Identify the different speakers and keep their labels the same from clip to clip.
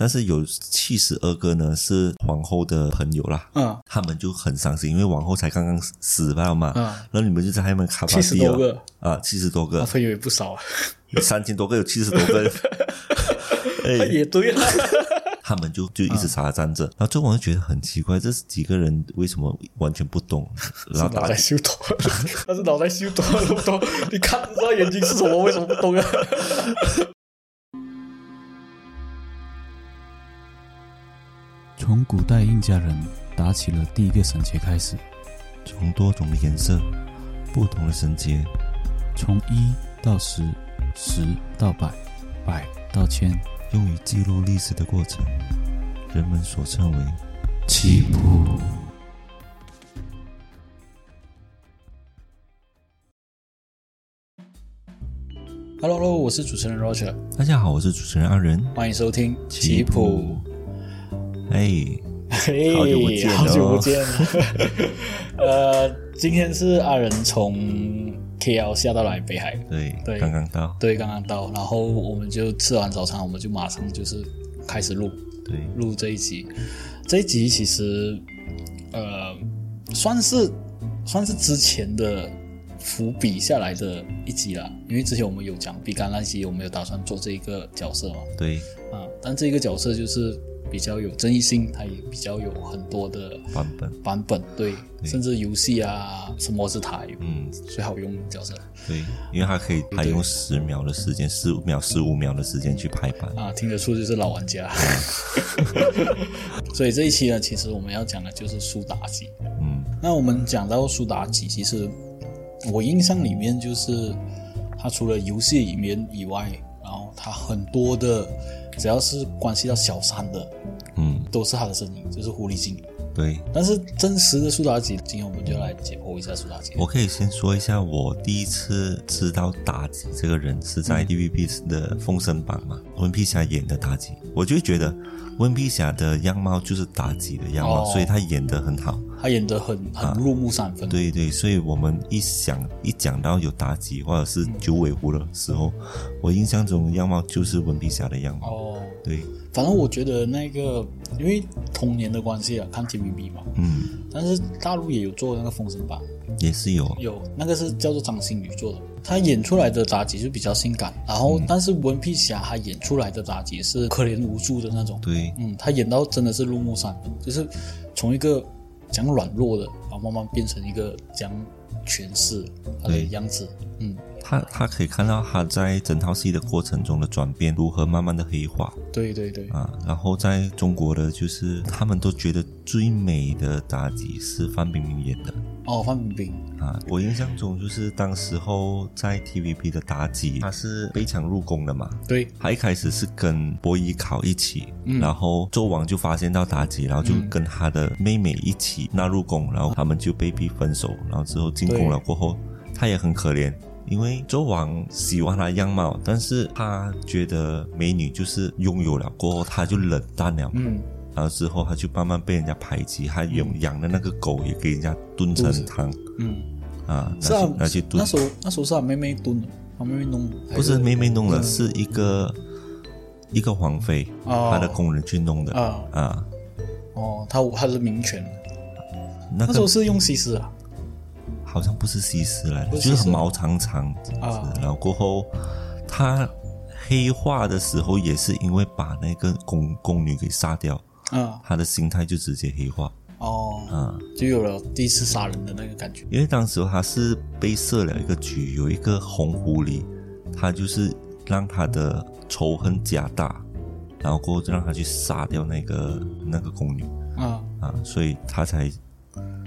Speaker 1: 但是有七十二个呢是皇后的朋友啦，
Speaker 2: 嗯
Speaker 1: 他们就很伤心，因为王后才刚刚死罢嘛。
Speaker 2: 嗯
Speaker 1: 然后你们就在他们卡巴
Speaker 2: 七十
Speaker 1: 蒂
Speaker 2: 多
Speaker 1: 哦，
Speaker 2: 个，
Speaker 1: 啊，七十多
Speaker 2: 我
Speaker 1: 个，
Speaker 2: 朋友也不少啊，
Speaker 1: 三千多个有七十多 个，哎，
Speaker 2: 也对啊啦。
Speaker 1: 他们就就一直傻傻站
Speaker 2: 啊
Speaker 1: 着。然后周王就觉得很奇怪，这几个人为什么完全不 懂？然后
Speaker 2: 是脑
Speaker 1: 打
Speaker 2: 袋修短， 他是脑袋修短了不懂，你看不知道眼睛是什么，为什么不 懂啊？
Speaker 3: 从古代印加人打起了第一个绳结开始，
Speaker 1: 从多种的颜色、不同的绳结，
Speaker 3: 从一到十，十到百，百到千，
Speaker 1: 用于记录历史的过程，人们所称为
Speaker 3: 起步。
Speaker 2: Hello Hello，我是主持人 Roger，
Speaker 1: 大家好，我是主持人阿仁。
Speaker 2: 欢迎收听
Speaker 1: 棋谱，哎，
Speaker 2: 嘿，
Speaker 1: 好久不见哦
Speaker 2: 好久不见 了。呃，今天是阿仁从 KL 下到来北海，
Speaker 1: 对，
Speaker 2: 对
Speaker 1: 刚刚到，
Speaker 2: 对，刚刚到，然后我们就吃完早餐，我们就马上就是开始录
Speaker 1: 对，
Speaker 2: 录这一集。这一集其实呃，算是算是之前的伏笔下来的一集啦，因为之前我们有讲毕赣那集，我们有打算做这一个角色嘛，
Speaker 1: 对，
Speaker 2: 啊，但这一个角色就是比较有争议性，它也比较有很多的
Speaker 1: 版本，
Speaker 2: 版本，对，
Speaker 1: 对
Speaker 2: 甚至游戏啊，什么是它有
Speaker 1: 嗯，
Speaker 2: 最好用的角色
Speaker 1: 对，因为它可以，它用十秒的时间，十五秒、十五秒的时间去排版，
Speaker 2: 啊，听得出就是老玩家。 所以这一期呢，其实我们要讲的就是苏妲己。
Speaker 1: 嗯，
Speaker 2: 那我们讲到苏妲己，其实我印象里面就是，它除了游戏里面以外，然后它很多的只要是关系到小三的，
Speaker 1: 嗯，
Speaker 2: 都是它的身影，就是狐狸精。
Speaker 1: 对。
Speaker 2: 但是真实的苏妲己，今天我们就来解剖一下苏妲己。
Speaker 1: 我可以先说一下，我第一次知道妲己这个人是在 TVB 的《封神榜》嘛，温碧霞演的妲己，我就觉得温碧霞的样貌就是妲己的样貌，
Speaker 2: 哦
Speaker 1: 所以她演得很好。
Speaker 2: 她演得很很入木三分，
Speaker 1: 对对，所以我们一想一讲到有妲己或者是九尾狐的时候，我印象中的样貌就是温碧霞的样貌。
Speaker 2: 哦，
Speaker 1: 对，
Speaker 2: 反正我觉得那个，因为童年的关系啊，看 TVB 嘛，
Speaker 1: 嗯，
Speaker 2: 但是大陆也有做那个《封神榜》，
Speaker 1: 也是有，
Speaker 2: 有那个是叫做张馨予做的，她演出来的妲己就比较性感，然
Speaker 1: 嗯
Speaker 2: 后、但是文碧霞她演出来的妲己是可怜无助的那种，
Speaker 1: 对
Speaker 2: 嗯，她演到真的是入木三分，就是从一个讲软弱的，然后慢慢变成一个讲权势她的
Speaker 1: 对
Speaker 2: 样子，嗯，
Speaker 1: 他他可以看到他在整套戏的过程中的转变，如何慢慢的黑化
Speaker 2: 对对对，
Speaker 1: 啊。然后在中国的就是他们都觉得最美的妲己是范冰冰演的。
Speaker 2: 哦，范冰冰，
Speaker 1: 啊，我印象中就是当时候在 TVB 的妲己，她是被抢入宫的嘛，
Speaker 2: 对，
Speaker 1: 他一开始是跟伯邑考一起，
Speaker 2: 嗯
Speaker 1: 然后纣王就发现到妲己，然后就跟他的妹妹一起纳入宫，然后他们就被逼分手，然后之后进宫了过后，他也很可怜。因为纣王喜欢她的样貌，但是他觉得美女就是拥有了过后，他就冷淡了嘛。
Speaker 2: 嗯，
Speaker 1: 然后之后他就慢慢被人家排挤，他养、养的那个狗也给人家炖成汤
Speaker 2: 嗯，
Speaker 1: 啊，拿
Speaker 2: 是啊
Speaker 1: 去拿去，炖
Speaker 2: 那时候那时候是啊她妹妹蹲的，嗯她妹妹弄，
Speaker 1: 不是妹妹弄了，是一个一个皇妃，
Speaker 2: 哦
Speaker 1: 她的工人去弄的
Speaker 2: 啊
Speaker 1: 啊。
Speaker 2: 哦，她她是民 权，
Speaker 1: 那
Speaker 2: 那时候
Speaker 1: 个
Speaker 2: 是用西施啊，
Speaker 1: 好像不是西施来的，
Speaker 2: 不是
Speaker 1: 就是
Speaker 2: 西施
Speaker 1: 很毛长长这样子
Speaker 2: 啊。
Speaker 1: 然后过后，她黑化的时候也是因为把那个宫宫女给杀掉，
Speaker 2: 啊，
Speaker 1: 她的心态就直接黑化
Speaker 2: 哦，
Speaker 1: 啊。
Speaker 2: 就有了第一次杀人的那个感觉。
Speaker 1: 因为当时她是被设了一个局，有一个红狐狸，她就是让她的仇恨加大，然后过后就让她去杀掉那个那个宫女。
Speaker 2: 啊，
Speaker 1: 啊，所以他才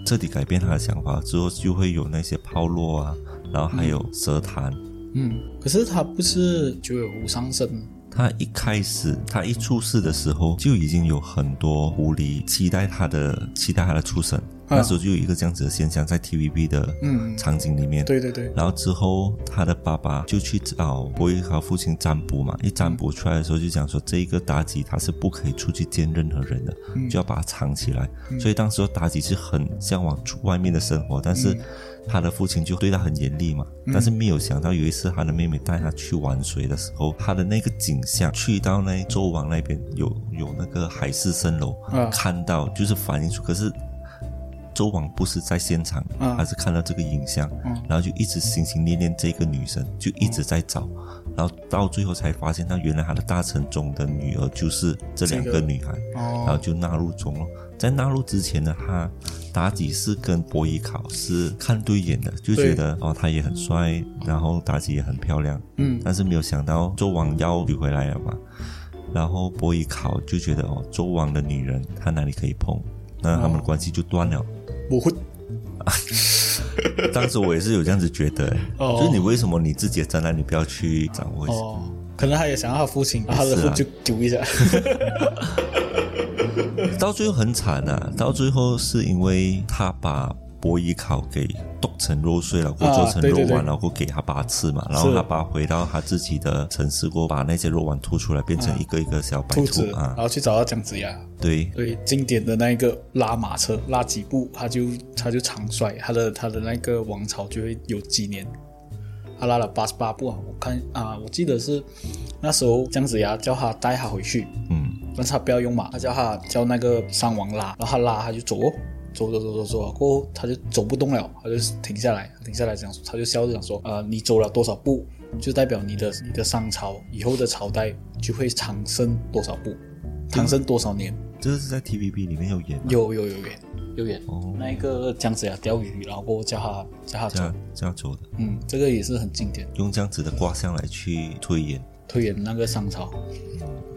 Speaker 1: 彻底改变他的想法，之后就会有那些炮烙啊，然后还有蛇潭。
Speaker 2: 嗯，可是他不是九尾狐上身，
Speaker 1: 他一开始，他一出世的时候就已经有很多狐狸期待他的期待他的出生，那时候就有一个这样子的现象在 TVB 的
Speaker 2: 嗯
Speaker 1: 场景里面。
Speaker 2: 对对对，
Speaker 1: 然后之后，他的爸爸就去找博伊考父亲占卜嘛，一占卜出来的时候就讲说，这一个妲己他是不可以出去见任何人的，
Speaker 2: 嗯
Speaker 1: 就要把他藏起来。所以当时候妲己是很向往出外面的生活，但是他的父亲就对他很严厉嘛。
Speaker 2: 嗯
Speaker 1: 但是没有想到有一次他的妹妹带他去玩水的时候，他的那个景象，去到那周王那边有有那个海市蜃楼，
Speaker 2: 啊
Speaker 1: 看到就是反映出，可是周王不是在现场，
Speaker 2: 嗯
Speaker 1: 他是看到这个影像，然后就一直心心念念这个女生，就一直在找，然后到最后才发现，她原来她的大臣中的女儿就是这两
Speaker 2: 这
Speaker 1: 个
Speaker 2: 个
Speaker 1: 女孩，然后
Speaker 2: 哦，
Speaker 1: 就纳入中了。在纳入之前呢，他妲己是跟伯邑考是看对眼的，就觉得哦他也很帅，然后妲己也很漂亮，
Speaker 2: 嗯
Speaker 1: 但是没有想到纣王要娶回来了嘛，然后伯邑考就觉得哦纣王的女人他哪里可以碰，那他们
Speaker 2: 哦
Speaker 1: 的关系就断了。
Speaker 2: 我会
Speaker 1: 当时我也是有这样子觉得，哎
Speaker 2: 哦
Speaker 1: 就是你为什么你自己的灾难你不要去掌握一下？
Speaker 2: 哦，可能他也想要他父亲，然后他的
Speaker 1: 是
Speaker 2: 父
Speaker 1: 啊
Speaker 2: 就丢 一下，
Speaker 1: 到最后很惨啊！到最后是因为他把伯邑考给剁成肉碎了，过
Speaker 2: 啊
Speaker 1: 做成
Speaker 2: 对对
Speaker 1: 肉
Speaker 2: 对
Speaker 1: 丸，然后给他爸吃嘛，然后
Speaker 2: 是
Speaker 1: 他爸回到他自己的城市过，把那些肉丸吐出来，变成一个一个小白
Speaker 2: 兔子，
Speaker 1: 兔啊
Speaker 2: 然，后去找到姜子牙。
Speaker 1: 对。
Speaker 2: 对，经典的那一个拉马车，拉几步他就他就长衰，他的他的那个王朝就会有几年。他拉了八十八步啊，我看啊，我记得是那时候姜子牙叫他带他回去，
Speaker 1: 嗯，
Speaker 2: 但是他不要用马，他叫他叫那个商王拉，然后他拉他就走哦，走走走走走，过后他就走不动了，他就停下来，停下来讲，他就笑着讲说，呃，你走了多少步，就代表你的你的商朝以后的朝代就会长生多少步，长生多少年。
Speaker 1: 这是在 TVB 里面有演吗？
Speaker 2: 有有有演有演，
Speaker 1: 哦
Speaker 2: 那一个姜子牙钓鱼，然后过后叫他叫他
Speaker 1: 这
Speaker 2: 走
Speaker 1: 样，这样走的，
Speaker 2: 嗯，这个也是很经典，
Speaker 1: 用这样子的卦象来去推演。
Speaker 2: 推演那个商朝，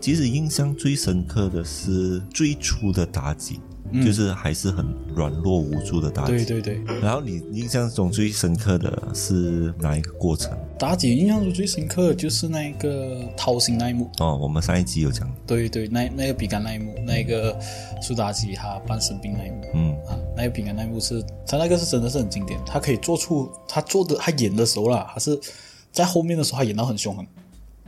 Speaker 1: 其实印象最深刻的是最初的妲己，就是还是很软弱无助的妲己。
Speaker 2: 嗯对对对，
Speaker 1: 然后你印象中最深刻的是哪一个过程？
Speaker 2: 妲己印象中最深刻的就是那个掏心那一幕，
Speaker 1: 哦，我们上一集有讲，
Speaker 2: 对对，那那个比干那一幕，那个苏妲己她扮神兵那一幕。
Speaker 1: 嗯，
Speaker 2: 啊，那个饼干那一幕是，他那个是真的是很经典，他可以做出他做的他演的时候啦，他是在后面的时候他演到很凶狠，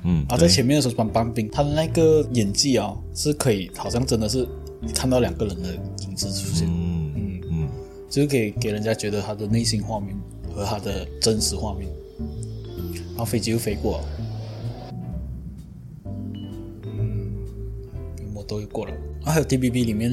Speaker 1: 嗯，
Speaker 2: 然后啊在
Speaker 1: 对
Speaker 2: 前面的时候帮搬兵，他的那个演技啊、是可以，好像真的是你看到两个人的影子出现，
Speaker 1: 嗯嗯
Speaker 2: 就是给给人家觉得他的内心画面和他的真实画面。然后飞机又飞过了，嗯，我都过了。啊还有 TBB 里面，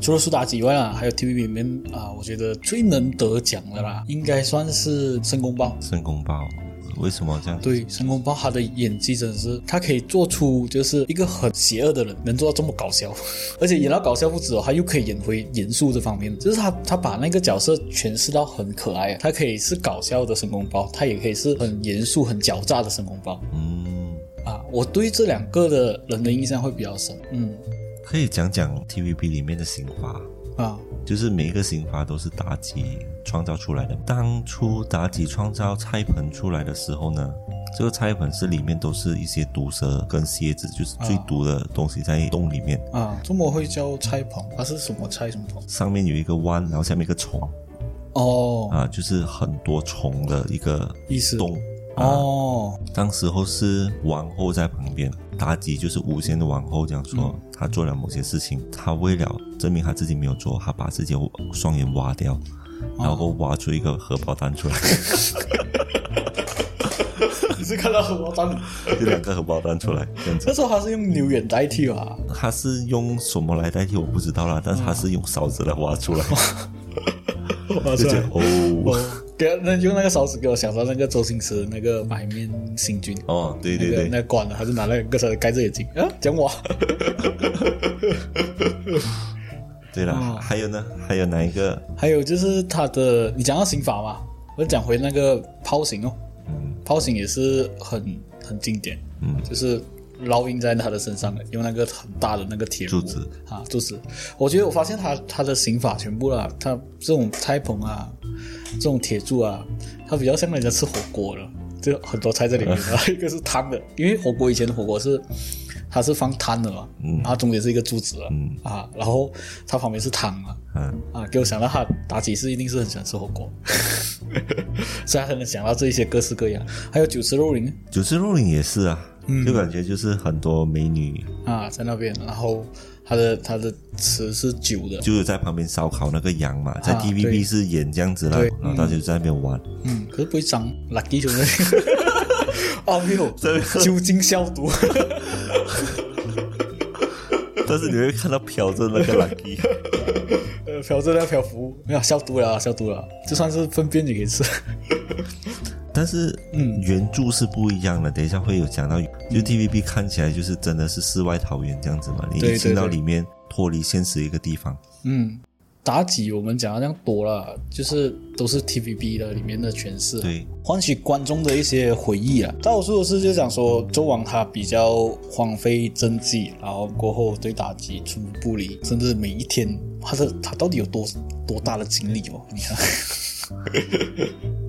Speaker 2: 除了苏妲己以外啊，还有 TBB 里面啊，我觉得最能得奖的啦，应该算是申公豹。
Speaker 1: 申公豹，为什么这样？
Speaker 2: 对，申公豹他的演技真的是，他可以做出就是一个很邪恶的人，能做到这么搞笑， 而且演到搞笑不止哦，他又可以演回严肃这方面，就是他他把那个角色诠释到很可爱，啊他可以是搞笑的申公豹，他也可以是很严肃、很狡诈的申公豹
Speaker 1: 嗯，
Speaker 2: 啊。我对这两个的人的印象会比较深，嗯
Speaker 1: 可以讲讲 TVB 里面的刑罚，
Speaker 2: 啊，
Speaker 1: 就是每一个刑罚都是妲己创造出来的。当初妲己创造菜盆出来的时候呢，这个菜盆是里面都是一些毒蛇跟蝎子，就是最毒的东西在洞里面，
Speaker 2: 啊，中国会叫拆棚，它是什么拆什么棚？
Speaker 1: 上面有一个弯，然后下面一个虫
Speaker 2: 哦
Speaker 1: 啊，就是很多虫的一个
Speaker 2: 意思
Speaker 1: 洞。
Speaker 2: 哦，
Speaker 1: 当时候是王后在旁边，妲己就是无限的王后，讲说她做了某些事情，她为了证明她自己没有做，她把自己的双眼挖掉，然后挖出一个荷包蛋出来，
Speaker 2: 你是看到荷包蛋？
Speaker 1: 就两个荷包蛋出来这样子。
Speaker 2: 那时候他是用牛眼代替 吧？
Speaker 1: 她是用什么来代替我不知道啦，但是她是用勺子来挖 出来，
Speaker 2: 哇
Speaker 1: 就觉得
Speaker 2: 我
Speaker 1: 哦
Speaker 2: 给那用那个勺子给我想到那个周星驰那个白面星君，
Speaker 1: 哦，对对
Speaker 2: 那个
Speaker 1: 对，
Speaker 2: 那关了，他就拿那个勺子盖着眼睛啊，讲我
Speaker 1: 对
Speaker 2: 哦
Speaker 1: 了，还有呢，还有哪一个？
Speaker 2: 还有就是他的，你讲到刑法嘛，我讲回那个抛刑哦，抛刑也是很很经典，
Speaker 1: 嗯
Speaker 2: 就是烙印在他的身上的，用那个很大的那个铁
Speaker 1: 柱
Speaker 2: 柱
Speaker 1: 子
Speaker 2: 啊柱子。我觉得我发现他他的刑法全部啦，他这种拆棚啊，这种铁柱啊，他比较像人家 啊吃火锅了，就很多菜在里面的，一个是汤的，因为火锅以前的火锅是它是放炭的嘛，
Speaker 1: 嗯
Speaker 2: 然后中间是一个柱子啊，
Speaker 1: 嗯
Speaker 2: 啊，然后它旁边是汤嘛，
Speaker 1: 嗯，
Speaker 2: 啊，给我想到他妲己是一定是很喜欢吃火锅，所以他才能想到这一些各式各样，还有酒池肉林
Speaker 1: 九池肉林也是啊，
Speaker 2: 嗯
Speaker 1: 就感觉就是很多美女
Speaker 2: 啊，在那边，然后他的他的词是酒的，
Speaker 1: 就是在旁边烧烤那个羊嘛，在
Speaker 2: 啊
Speaker 1: TVB
Speaker 2: 对
Speaker 1: 是演这样子啦
Speaker 2: 对，
Speaker 1: 然后大家就在那边玩，
Speaker 2: 嗯，可是不会脏，lucky 就是哦哟，酒精消毒，
Speaker 1: 但是你会看到飘着 那个 lucky，
Speaker 2: 呃，漂着那漂浮，没有消毒了，消毒了，就算是粪便也可以吃，
Speaker 1: 但是嗯，原著是不一样的。等一下会有讲
Speaker 2: 嗯
Speaker 1: 到，就 TVB 看起来就是真的是世外桃源这样子嘛，你
Speaker 2: 对
Speaker 1: 一进到
Speaker 2: 对对
Speaker 1: 里面脱离现实一个地方，
Speaker 2: 嗯。妲己，我们讲的这样多了，就是都是 TVB 的里面的诠释啊。
Speaker 1: 对，
Speaker 2: 唤起观众的一些回忆啊。大多数是就讲说周王他比较荒废政绩，然后过后对妲己寸步不离，甚至每一天他的他到底有多多大的精力哦？你看，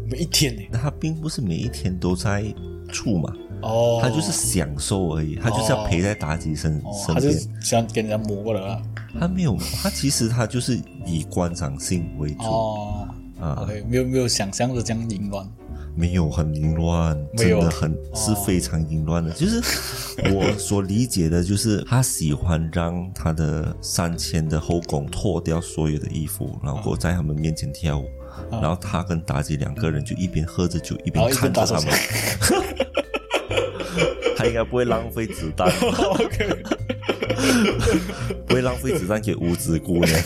Speaker 2: 每一天呢？
Speaker 1: 那他并不是每一天都在处嘛，
Speaker 2: 哦，
Speaker 1: 他就是享受而已，他就是要陪在妲己身
Speaker 2: 哦，
Speaker 1: 身
Speaker 2: 他就
Speaker 1: 边
Speaker 2: 是，想给人家磨过来啊了
Speaker 1: 他没有，他其实他就是以观赏性为主，
Speaker 2: 哦。
Speaker 1: 啊
Speaker 2: OK，没有没有想象的这样凌乱，
Speaker 1: 没有很凌乱，
Speaker 2: 没
Speaker 1: 真
Speaker 2: 有哦
Speaker 1: 的很是非常凌乱的。就是 我所理解的，就是他喜欢让他的三千的后宫脱掉所有的衣服，然后在他们面前跳舞。然后他跟妲己两个人就一边喝着酒，一
Speaker 2: 啊然
Speaker 1: 边
Speaker 2: 后一
Speaker 1: 看
Speaker 2: 边
Speaker 1: 着
Speaker 2: 打
Speaker 1: 他
Speaker 2: 手
Speaker 1: 们
Speaker 2: 枪。。
Speaker 1: 他应该不会浪费子弹，
Speaker 2: OK，
Speaker 1: 不会浪费子弹给五子姑娘。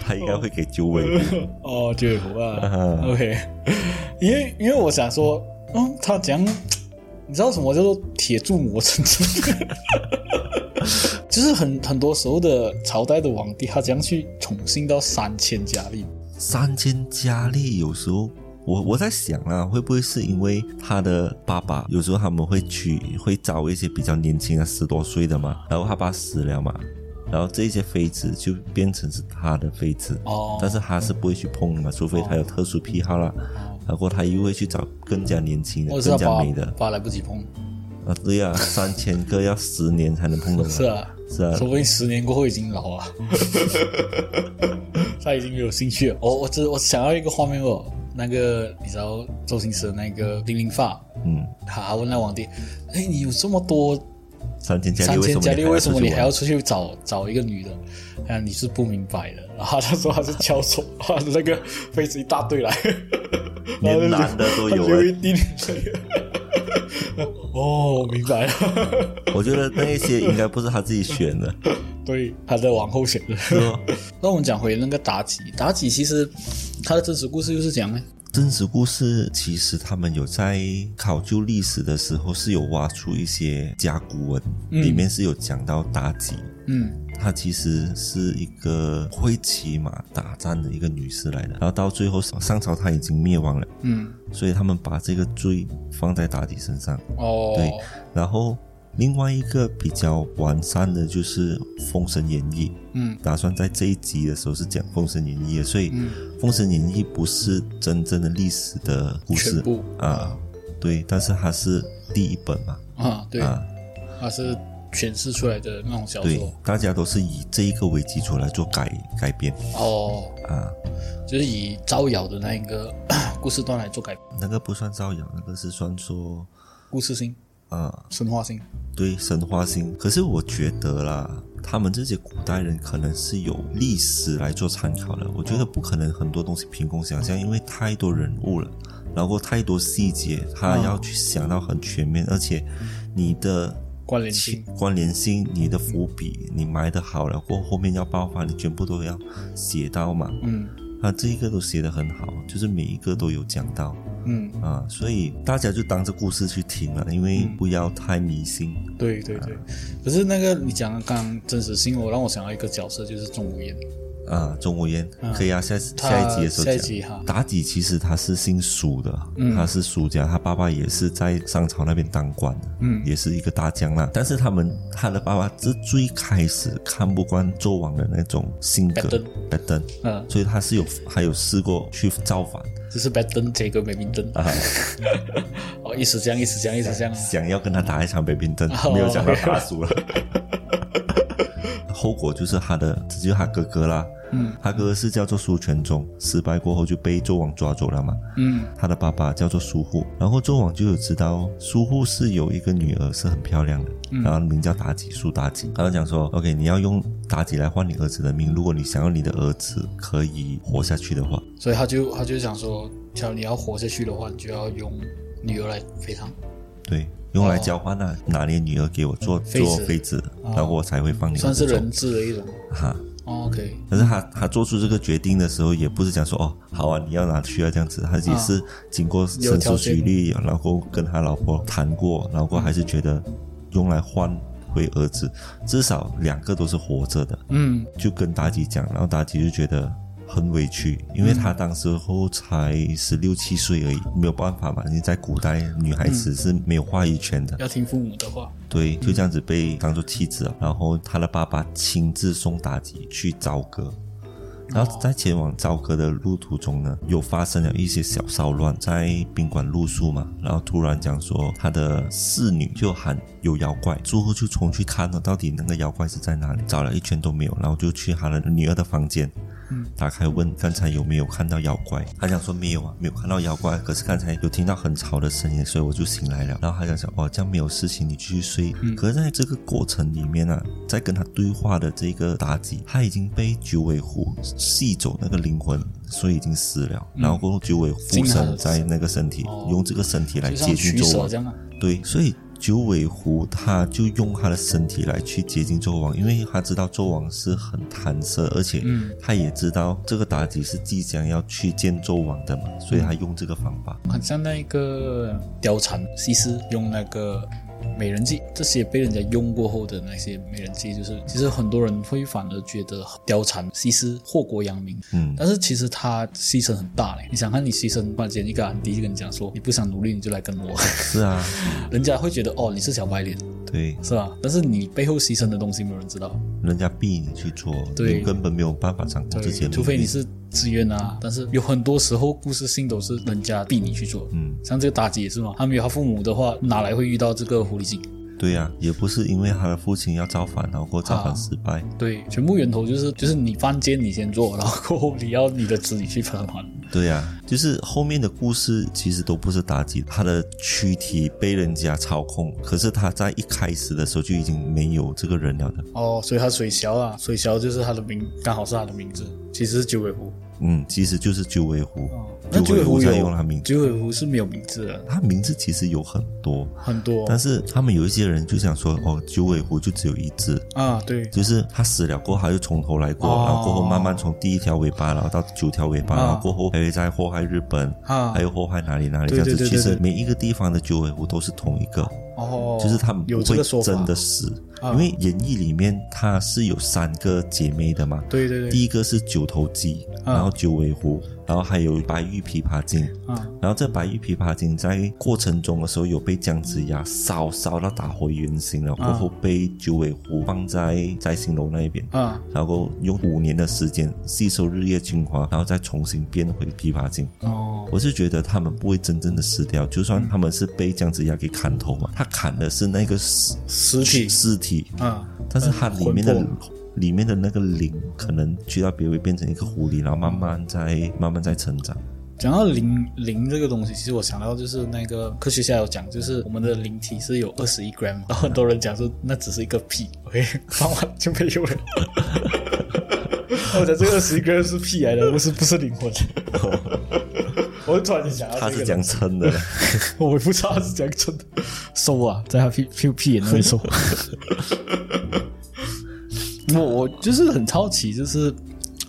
Speaker 1: 他应该会给九尾狐。
Speaker 2: 哦，就有啊
Speaker 1: 啊。
Speaker 2: OK，因为因为我想说，嗯，他讲，你知道什么叫做铁柱磨成针？ 就是很很多时候的朝代的皇帝，他怎样去宠幸到三千佳丽？
Speaker 1: 三千佳丽有时候。我我在想啊，会不会是因为他的爸爸有时候他们会娶会找一些比较年轻的十多岁的嘛，然后他爸死了嘛，然后这些妃子就变成是他的妃子，
Speaker 2: 哦
Speaker 1: 但是他是不会去碰的嘛，除非他有特殊癖好啦，然后他又会去找更加年轻的、
Speaker 2: 我知道
Speaker 1: 更加
Speaker 2: 把
Speaker 1: 美的
Speaker 2: 把来不及碰，
Speaker 1: 啊，对啊，三千个要十年才能碰到，
Speaker 2: 是啊，
Speaker 1: 是啊，
Speaker 2: 说不定十年过后已经老 了，他已经没有兴趣了。哦我我只我想要一个画面哦，那个你知道周星驰的那个零零发，
Speaker 1: 嗯，
Speaker 2: 他问那皇帝，哎，你有这么多
Speaker 1: 三千佳丽
Speaker 2: 三
Speaker 1: 为什
Speaker 2: 千
Speaker 1: 么
Speaker 2: 佳丽，为什么你还要
Speaker 1: 要出去玩？
Speaker 2: 出去找找一个女的？啊，你是不明白的。 然后他说他是敲手，啊，那个妃子一大堆来，然后 就
Speaker 1: 连男的都有
Speaker 2: 流
Speaker 1: 欸
Speaker 2: 一滴泪。 哦，我明白了，
Speaker 1: 我觉得那一些应该不是他自己选的，
Speaker 2: 对，他在往后选的。
Speaker 1: 是哦。
Speaker 2: 那我们讲回那个妲己，妲己其实她的真实故事又是怎样呢？
Speaker 1: 真实故事其实他们有在考究历史的时候是有挖出一些甲骨文，里面是有讲到妲己，
Speaker 2: 嗯，
Speaker 1: 她其实是一个会骑马打仗的一个女士来的，然后到最后上朝她已经灭亡了，
Speaker 2: 嗯，
Speaker 1: 所以他们把这个罪放在妲己身上。
Speaker 2: 哦，
Speaker 1: 对，然后另外一个比较完善的就是《封神演义》，
Speaker 2: 嗯，
Speaker 1: 打算在这一集的时候是讲《封神演义》的，所以《封神演义》不是真正的历史的故
Speaker 2: 全
Speaker 1: 事
Speaker 2: 部
Speaker 1: 啊，对，但是它是第一本嘛，
Speaker 2: 啊，对，
Speaker 1: 啊，
Speaker 2: 她是诠释出来的那种小
Speaker 1: 对
Speaker 2: 说。，
Speaker 1: 大家都是以这一个为基础来做改改编
Speaker 2: 哦，
Speaker 1: 啊，
Speaker 2: 就是以招摇的那一个 故事段来做改编，
Speaker 1: 那个不算造谣，那个是算说
Speaker 2: 故事性、
Speaker 1: 啊，
Speaker 2: 神话性。
Speaker 1: 对神话性。可是我觉得啦，他们这些古代人可能是有历史来做参考的。我觉得不可能很多东西凭空想象，因为太多人物了，然后太多细节，他要去想到很全面，而且你的。
Speaker 2: 关联性
Speaker 1: 关联性，你的伏笔，你埋的好了，过后后面要爆发，你全部都要写到嘛。
Speaker 2: 嗯
Speaker 1: 他这一个都写得很好，就是每一个都有讲到
Speaker 2: 嗯，
Speaker 1: 啊，所以大家就当这故事去听了，因为不要太迷信。
Speaker 2: 对对对。可是那个你讲的刚刚真实性，我让我想到一个角色，就是钟无艳。
Speaker 1: 啊，钟无艳可以啊，下
Speaker 2: 他
Speaker 1: 下一集的时候
Speaker 2: 下
Speaker 1: 讲。
Speaker 2: 一集哈嗯
Speaker 1: 妲己其实她是姓蜀的，她是蜀家，她爸爸也是在商朝那边当官的，
Speaker 2: 嗯
Speaker 1: 也是一个大将啦。但是他们他的爸爸是最开始看不惯纣王的那种性格
Speaker 2: 拜登
Speaker 1: 拜登，
Speaker 2: 嗯
Speaker 1: 所以他是有还有试过去造反，
Speaker 2: 就是 Baden 接个 Badminton，哦，一直这样，一直这样，一直这样啊。
Speaker 1: 想要跟他打一场北冰灯
Speaker 2: 哦，
Speaker 1: 没有想到打输了。 后果就是他的，这就是他哥哥啦。
Speaker 2: 嗯，
Speaker 1: 他哥哥是叫做苏全忠，失败过后就被纣王抓走了嘛。
Speaker 2: 嗯
Speaker 1: 他的爸爸叫做苏护，然后纣王就有知道苏护是有一个女儿是很漂亮的，
Speaker 2: 嗯
Speaker 1: 然后名叫妲己，苏妲己。他就讲说，OK，你要用妲己来换你儿子的命，如果你想要你的儿子可以活下去的话，
Speaker 2: 所以他就他就想说，假如你要活下去的话，你就要用女儿来陪他。
Speaker 1: 对，用来交换啊，拿你女儿给我做
Speaker 2: 哦妃子哦
Speaker 1: 做妃子，然后我才会放你儿
Speaker 2: 算是
Speaker 1: 子走
Speaker 2: 人质的一种。
Speaker 1: 哈。
Speaker 2: 哦 OK，
Speaker 1: 但是他他做出这个决定的时候，也不是讲说哦，好啊，你要拿去啊这样子，他也是经过深思熟虑，然后跟他老婆谈过，然后还是觉得用来换回儿子，至少两个都是活着的，
Speaker 2: 嗯
Speaker 1: 就跟妲己讲，然后妲己就觉得。很委屈，因为她当时候才十六七岁而已，没有办法嘛。因为在古代，女孩子是没有话语权的，
Speaker 2: 要听父母的话。
Speaker 1: 对，就这样子被当做妻子啊了。然后他的爸爸亲自送妲己去朝歌，然后在前往朝歌的路途中呢，有发生了一些小骚乱，在宾馆露宿嘛，然后突然讲说他的侍女就喊有妖怪，住户就冲去看了到底那个妖怪是在哪里，找了一圈都没有，然后就去他的女儿的房间。打开问刚才有没有看到妖怪？他讲说没有啊，没有看到妖怪。可是刚才有听到很吵的声音，所以我就醒来了。然后他讲说哦，这样没有事情，你继续睡。
Speaker 2: 嗯
Speaker 1: 可是在这个过程里面啊，在跟他对话的这个妲己，他已经被九尾狐吸走那个灵魂，所以已经死了。然后过后九尾
Speaker 2: 进
Speaker 1: 附
Speaker 2: 嗯了他
Speaker 1: 身
Speaker 2: 的
Speaker 1: 在那个身体，
Speaker 2: 哦
Speaker 1: 用这个身体来
Speaker 2: 就
Speaker 1: 接近
Speaker 2: 像取
Speaker 1: 纣
Speaker 2: 舍
Speaker 1: 王
Speaker 2: 这。样啊。
Speaker 1: 对，所以九尾狐它就用它的身体来去接近纣王，因为他知道纣王是很贪色，而且
Speaker 2: 嗯
Speaker 1: 他也知道这个妲己是即将要去见纣王的嘛，所以他用这个方法。
Speaker 2: 很像那个貂蝉、西施用那个美人计，这些被人家用过后的那些美人计，就是其实很多人会反而觉得貂蝉、西施祸国殃民，
Speaker 1: 嗯，
Speaker 2: 但是其实她牺牲很大嘞。你想看你牺牲，突然间一个安迪就跟你讲说，你不想努力你就来跟我，
Speaker 1: 是啊，
Speaker 2: 人家会觉得哦你是小白脸
Speaker 1: 对，
Speaker 2: 是吧？但是你背后牺牲的东西没有人知道，
Speaker 1: 人家逼你去做，
Speaker 2: 对
Speaker 1: 你根本没有办法掌控这些
Speaker 2: 对，
Speaker 1: 能力。
Speaker 2: 除非你是自愿啊。但是有很多时候故事性都是人家逼你去做，
Speaker 1: 嗯，
Speaker 2: 像这个妲己也是嘛，他没有他父母的话，哪来会遇到这个狐狸精？
Speaker 1: 对呀、也不是因为他的父亲要造反，然后过后造
Speaker 2: 啊
Speaker 1: 反失败，
Speaker 2: 对，全部源头就是就是你犯贱你先做，然后过后你要你的子女去偿还。
Speaker 1: 对呀、就是后面的故事其实都不是妲己，她的躯体被人家操控，可是她在一开始的时候就已经没有这个人了的。
Speaker 2: 哦，所以他水枭啊，水枭就是他的名，刚好是他的名字，其实是九尾狐。
Speaker 1: 嗯，其实就是九尾狐，
Speaker 2: 哦那
Speaker 1: 九
Speaker 2: 尾
Speaker 1: 尾狐
Speaker 2: 有
Speaker 1: 在用她名字，
Speaker 2: 九尾狐是没有名字的，
Speaker 1: 她名字其实有很多，
Speaker 2: 很多
Speaker 1: 但是他们有一些人就想说，哦，九尾狐就只有一只。
Speaker 2: 啊，对，
Speaker 1: 就是他死了过后，他就从头来过，
Speaker 2: 哦
Speaker 1: 然后过后慢慢从第一条尾巴，然后到九条尾巴，
Speaker 2: 啊
Speaker 1: 然后过后还会再祸害日本，
Speaker 2: 啊
Speaker 1: 还有祸害哪里哪里这
Speaker 2: 对
Speaker 1: 样子。
Speaker 2: 对对
Speaker 1: 其
Speaker 2: 对
Speaker 1: 实
Speaker 2: 对
Speaker 1: 每一个地方的九尾狐都是同一个，
Speaker 2: 哦，
Speaker 1: 就是他们不
Speaker 2: 有这
Speaker 1: 会
Speaker 2: 个说法，
Speaker 1: 真的死，
Speaker 2: 啊
Speaker 1: 因为演义里面它是有三个姐妹的嘛。
Speaker 2: 对对
Speaker 1: 第
Speaker 2: 对，
Speaker 1: 一个是九头肌，
Speaker 2: 啊
Speaker 1: 然后九尾狐，然后还有白玉琵琶精。
Speaker 2: 啊
Speaker 1: 然后这白玉琵琶精在过程中的时候有被姜子牙烧烧到打回原形
Speaker 2: 啊
Speaker 1: 了，过后被九尾狐放在摘星楼那一边，
Speaker 2: 啊，
Speaker 1: 然后用五年的时间吸收日月精华，然后再重新变回琵琶精。
Speaker 2: 哦，
Speaker 1: 我是觉得他们不会真正的死掉，就算他们是被姜子牙给砍头嘛，他砍的是那个尸
Speaker 2: 实体
Speaker 1: 嗯尸体，
Speaker 2: 啊，
Speaker 1: 但是它里面的
Speaker 2: 魂
Speaker 1: 里面的那个灵可能去到别位变成一个狐狸，然后慢慢在慢慢在成长。
Speaker 2: 讲到灵灵这个东西，其实我想到就是那个科学家有讲，就是我们的灵体是有二十一 gram，然后很多人讲说那只是一个屁，OK，放 完就没有了。我讲这个二十一 gram 是屁来的，不是不是灵 魂。我突然间想
Speaker 1: 他
Speaker 2: 到
Speaker 1: 是
Speaker 2: 这
Speaker 1: 这
Speaker 2: 个，
Speaker 1: 样称的，
Speaker 2: 我也不知道他是讲真的。收啊，在他屁屁屁眼那里收。 我我就是很好奇，就是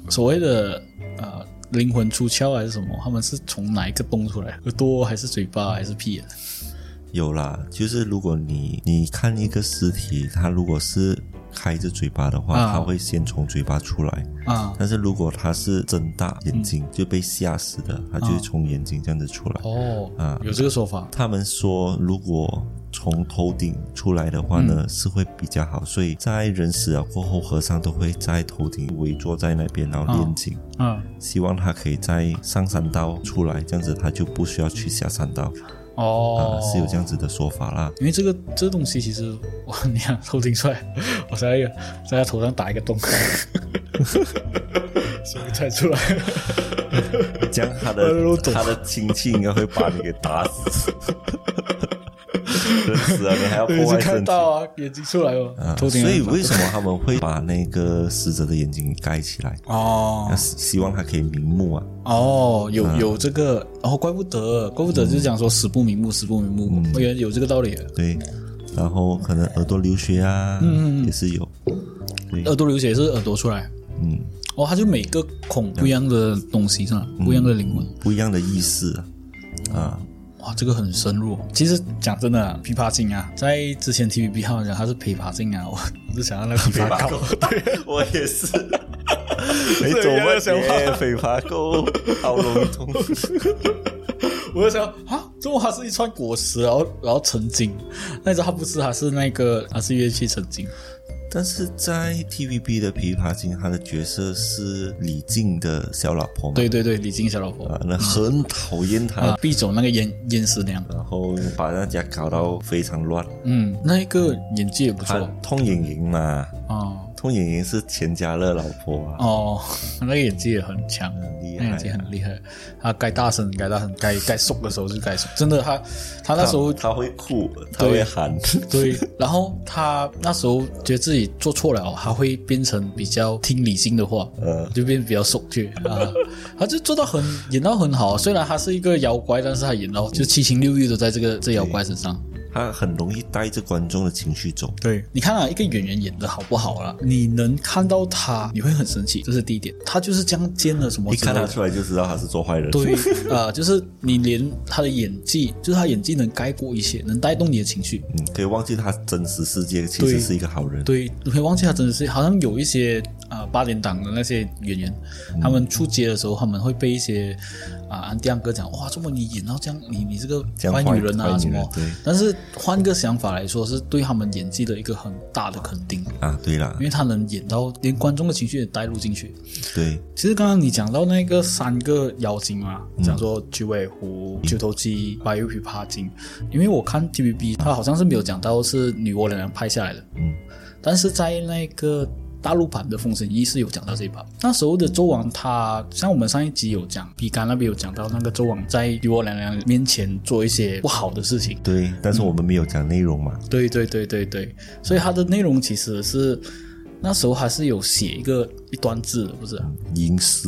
Speaker 2: 所谓的呃灵魂出窍还是什么，他们是从哪一个洞出来？耳朵还是嘴巴还是屁眼？
Speaker 1: 有啦，就是如果你你看一个尸体，它如果是开着嘴巴的话，
Speaker 2: 啊
Speaker 1: 它会先从嘴巴出来；
Speaker 2: 啊，
Speaker 1: 但是如果它是睁大眼睛、就被吓啊
Speaker 2: 啊
Speaker 1: 死的，它就会从眼睛这样子出来。
Speaker 2: 哦，有这个说法
Speaker 1: 他们说，如果从头顶出来的话
Speaker 2: 嗯
Speaker 1: 呢，是会比较好。所以在人死了过后，和尚都会在头顶围坐在那边，然后
Speaker 2: 哦
Speaker 1: 念经，
Speaker 2: 嗯，
Speaker 1: 希望他可以在上山道出来，这样子他就不需要去下山道。
Speaker 2: 哦
Speaker 1: 啊，，是有这样子的说法 啦。
Speaker 2: 因为这个这个东西其实 我你看头顶出来， 我在那个在他头上打一个洞， 所以才出来。
Speaker 1: 这样他
Speaker 2: 我都
Speaker 1: 的
Speaker 2: 懂
Speaker 1: 他的亲戚应该会把你给打 死。人死了，你还要
Speaker 2: 我
Speaker 1: 破
Speaker 2: 一直
Speaker 1: 坏
Speaker 2: 看
Speaker 1: 身体。
Speaker 2: 到啊，眼睛出来哦，
Speaker 1: 啊
Speaker 2: 头顶
Speaker 1: 所
Speaker 2: 上
Speaker 1: 以
Speaker 2: 打
Speaker 1: 为什么他们会把那个死者的眼睛盖起来？
Speaker 2: 哦
Speaker 1: 那希希望他可以瞑目啊。
Speaker 2: 哦，有
Speaker 1: 嗯
Speaker 2: 有这个，然后怪不得，怪不得就是讲说死不瞑目，死不瞑目，
Speaker 1: 嗯
Speaker 2: 我原来有这个道理。
Speaker 1: 对，然后可能耳朵流血啊，
Speaker 2: 嗯嗯嗯嗯
Speaker 1: 也是有。对，
Speaker 2: 耳朵流血是耳朵出来，
Speaker 1: 嗯，
Speaker 2: 哦，它就每个孔不一样的东西是吧？不一样的灵魂，
Speaker 1: 不一样的意识啊。啊，
Speaker 2: 哇，这个很深入哦。其实讲真的啊，琵琶精啊，在之前 TVB 号讲它是琵琶精啊， 我我就想到那个琵 琶狗，
Speaker 1: 我也 是。没走啊
Speaker 2: 的想法
Speaker 1: 问匪爬沟，好笼统。
Speaker 2: 我就想啊，怎么它是一串果实，然后然后成精？那你知道它不是，它是那个它是乐器成精。
Speaker 1: 但是在 TVB 的《琵琶精》，他的角色是李靖的小老婆嘛？
Speaker 2: 对对对，李靖小老婆
Speaker 1: 啊，那很讨厌他，
Speaker 2: 啊，必走那个燕燕师娘，
Speaker 1: 然后把人家搞到非常乱。
Speaker 2: 嗯，那一个演技也不
Speaker 1: 他
Speaker 2: 错
Speaker 1: 痛眼莹嘛，
Speaker 2: 哦
Speaker 1: 痛眼莹是钱嘉乐老婆啊，
Speaker 2: 哦， 那个演技也很强，
Speaker 1: 很厉
Speaker 2: 那演技
Speaker 1: 害啊。
Speaker 2: 很厉害。他该大声该大声，该该送的时候就该送，真的他他那时候
Speaker 1: 他会哭，他会喊，
Speaker 2: 对，然后他那时候觉得自己做错了哦，他会变成比较听理性的话，
Speaker 1: 呃，
Speaker 2: 就变得比较爽去啊。他就做到很演到很好，虽然他是一个妖怪，但是他演到就七情六欲都在这个这妖怪身上。
Speaker 1: 他很容易带着观众的情绪走。
Speaker 2: 对，你看啊，一个演员演的好不好啊啦，你能看到他，你会很生气，这是第一点。他就是这样奸了什么
Speaker 1: 一
Speaker 2: 之类
Speaker 1: 看
Speaker 2: 的？
Speaker 1: 他出来就知道他是做坏人。
Speaker 2: 对， 呃，就是你连他的演技，就是他演技能盖过一切，能带动你的情绪。
Speaker 1: 嗯，可以忘记他真实世界其
Speaker 2: 对
Speaker 1: 实是一个好人。
Speaker 2: 对，你可以忘记他真的是，好像有一些啊、呃八点档的那些演员，他们出街的时候，他们会被一些啊安迪安哥讲，哇，这么你演到这样，你你这个
Speaker 1: 这样
Speaker 2: 坏
Speaker 1: 坏
Speaker 2: 女人
Speaker 1: 坏
Speaker 2: 啊
Speaker 1: 女
Speaker 2: 什么
Speaker 1: 人对？
Speaker 2: 但是换个想法来说，是对他们演技的一个很大的肯定，
Speaker 1: 啊，对啦
Speaker 2: 因，为他能演到连观众的情绪也带入进去。
Speaker 1: 对，
Speaker 2: 其实刚刚你讲到那个三个妖精嘛，讲说九尾狐、九头鸡、白玉琵琶精，因为我看 TVB，它好像是没有讲到是女娲娘娘拍下来的，
Speaker 1: 嗯，
Speaker 2: 但是在那个大陆版的《封神一》是有讲到这一把。那时候的周王他，像我们上一集有讲，比干那边有讲到那个周王在女娲娘娘面前做一些不好的事情，
Speaker 1: 对，但是我们没有讲内容嘛。
Speaker 2: 对对对对对，所以它的内容其实是那时候还是有写一个一段字的，不是啊、
Speaker 1: 吟诗，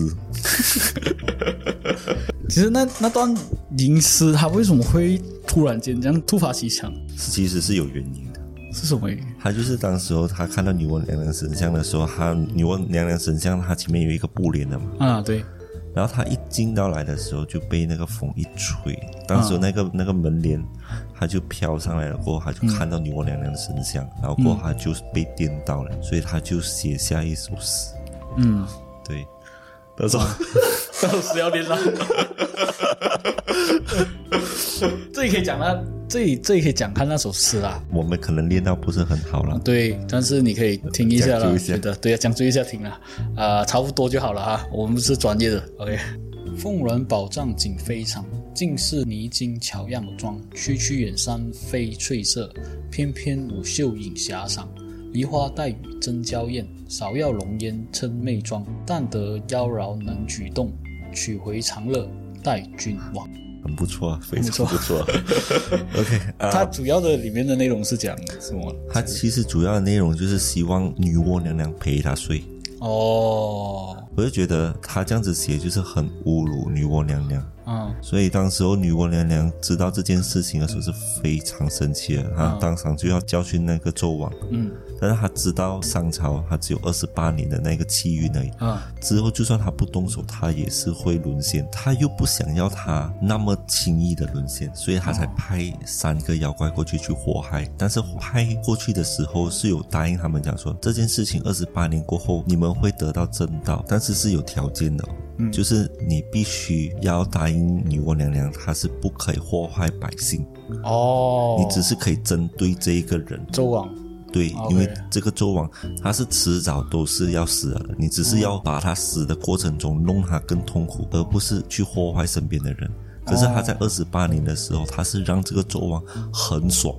Speaker 2: 其实那那段吟诗，他为什么会突然间这样突发奇想？
Speaker 1: 其实是有原因的。
Speaker 2: 是什么原因？
Speaker 1: 他就是当时候他看到女娲娘娘神像的时候，他女娲娘娘神像它前面有一个布帘的嘛，
Speaker 2: 啊，对，
Speaker 1: 然后他一进到来的时候就被那个风一吹，当时那个、那个门帘，他就飘上来了。过后他就看到女娲娘娘的神像，然后过后他就被电到了，所以他就写下一首诗。
Speaker 2: 嗯，
Speaker 1: 对，他说
Speaker 2: 到时要连 了。这里可以讲啦，这里这里可以讲看那首诗啦。
Speaker 1: 我们可能练到不是很好了，
Speaker 2: 啊对，但是你可以听一
Speaker 1: 讲
Speaker 2: 下啦，
Speaker 1: 究一下
Speaker 2: 对的，对啊，讲究一下听啦，啊、差不多就好了哈，我们不是专业的，OK。凤鸾宝帐锦飞场，尽是泥金桥样妆。区区远山飞翠色，翩翩舞袖引遐赏。梨花带雨争娇艳，芍药浓烟称媚妆。但得妖娆能举动，取回长乐待君王。
Speaker 1: 很不错，啊，非
Speaker 2: 错
Speaker 1: 常不错。OK，啊、
Speaker 2: 它主要的里面的内容是讲什么？
Speaker 1: 他其实主要的内容就是希望女娲娘娘陪他睡。
Speaker 2: 哦，
Speaker 1: 我就觉得他这样子写就是很侮辱女娲娘娘。
Speaker 2: 嗯
Speaker 1: 所以当时候女娲娘娘知道这件事情的时候是非常生气的，她当场就要教训那个纣王。
Speaker 2: 嗯
Speaker 1: 但是她知道商朝她只有二十八年的那个气运而已，
Speaker 2: 啊。
Speaker 1: 之后就算她不动手，她也是会沦陷。她又不想要她那么轻易的沦陷，所以她才派三个妖怪过去去祸害。但是派过去的时候是有答应他们讲说这件事情二十八年过后你们会得到正道，但是是有条件的哦。
Speaker 2: 嗯
Speaker 1: 就是你必须要答应女娲娘娘，她是不可以祸害百姓，
Speaker 2: 哦，
Speaker 1: 你只是可以针对这一个人。
Speaker 2: 周王，
Speaker 1: 对
Speaker 2: OK
Speaker 1: 因为这个纣王他是迟早都是要死了的，你只是要把他死的过程中弄他更痛苦，而不是去祸害身边的人。可是
Speaker 2: 哦
Speaker 1: 他在二十八年的时候，他是让这个纣王很爽，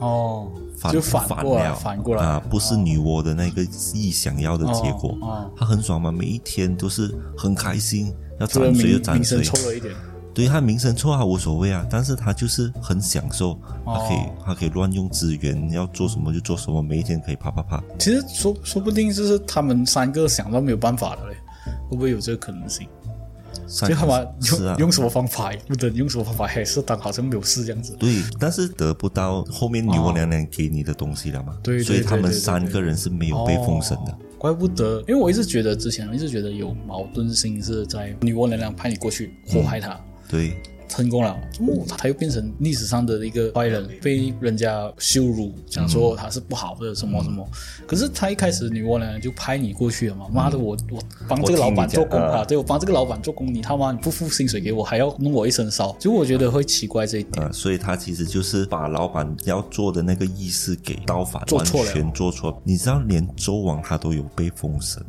Speaker 2: 哦，
Speaker 1: 反
Speaker 2: 就反过来，
Speaker 1: 了
Speaker 2: 反过来
Speaker 1: 啊，不是女娲的那个意想要的结果，
Speaker 2: 哦哦
Speaker 1: 他很爽嘛，每一天都是很开心，要
Speaker 2: 这个
Speaker 1: 斩谁就
Speaker 2: 名
Speaker 1: 斩
Speaker 2: 名
Speaker 1: 谁，
Speaker 2: 声臭了一点，
Speaker 1: 对他名声臭啊无所谓啊，但是他就是很享受，他可以、
Speaker 2: 哦
Speaker 1: 他可以乱用资源，要做什么就做什么，每一天可以啪啪啪。
Speaker 2: 其实说说不定就是他们三个想到没有办法了嘞，会不会有这个可能性？
Speaker 1: 三
Speaker 2: 就他妈
Speaker 1: 是
Speaker 2: 用、
Speaker 1: 啊，
Speaker 2: 用什么方法也不能用什么方法，还是当好像没有事这样子。
Speaker 1: 对，但是得不到后面女娲娘娘给你的东西了嘛，
Speaker 2: 哦对对
Speaker 1: 所以他
Speaker 2: 对
Speaker 1: 们
Speaker 2: 对对
Speaker 1: 三个人是没有被封神的。
Speaker 2: 哦怪不得，因为我一直觉得之前我一直觉得有矛盾性是在女娲娘娘派你过去祸害她。
Speaker 1: 对，
Speaker 2: 成功了，怎
Speaker 1: 嗯
Speaker 2: 么他又变成历史上的一个坏人，被人家羞辱，讲说他是不好的什么什么。
Speaker 1: 嗯
Speaker 2: 可是他一开始女娲娘娘就拍你过去了嘛，妈的我我帮这个老板做工
Speaker 1: 我听你讲嗯
Speaker 2: 啊，对我帮这个老板做工，你他妈你不付薪水给我，还要弄我一身骚，就我觉得会奇怪这一点。
Speaker 1: 呃，所以他其实就是把老板要做的那个意思给刀法，
Speaker 2: 做
Speaker 1: 完
Speaker 2: 错了
Speaker 1: 全做错。你知道，连周王他都有被封神，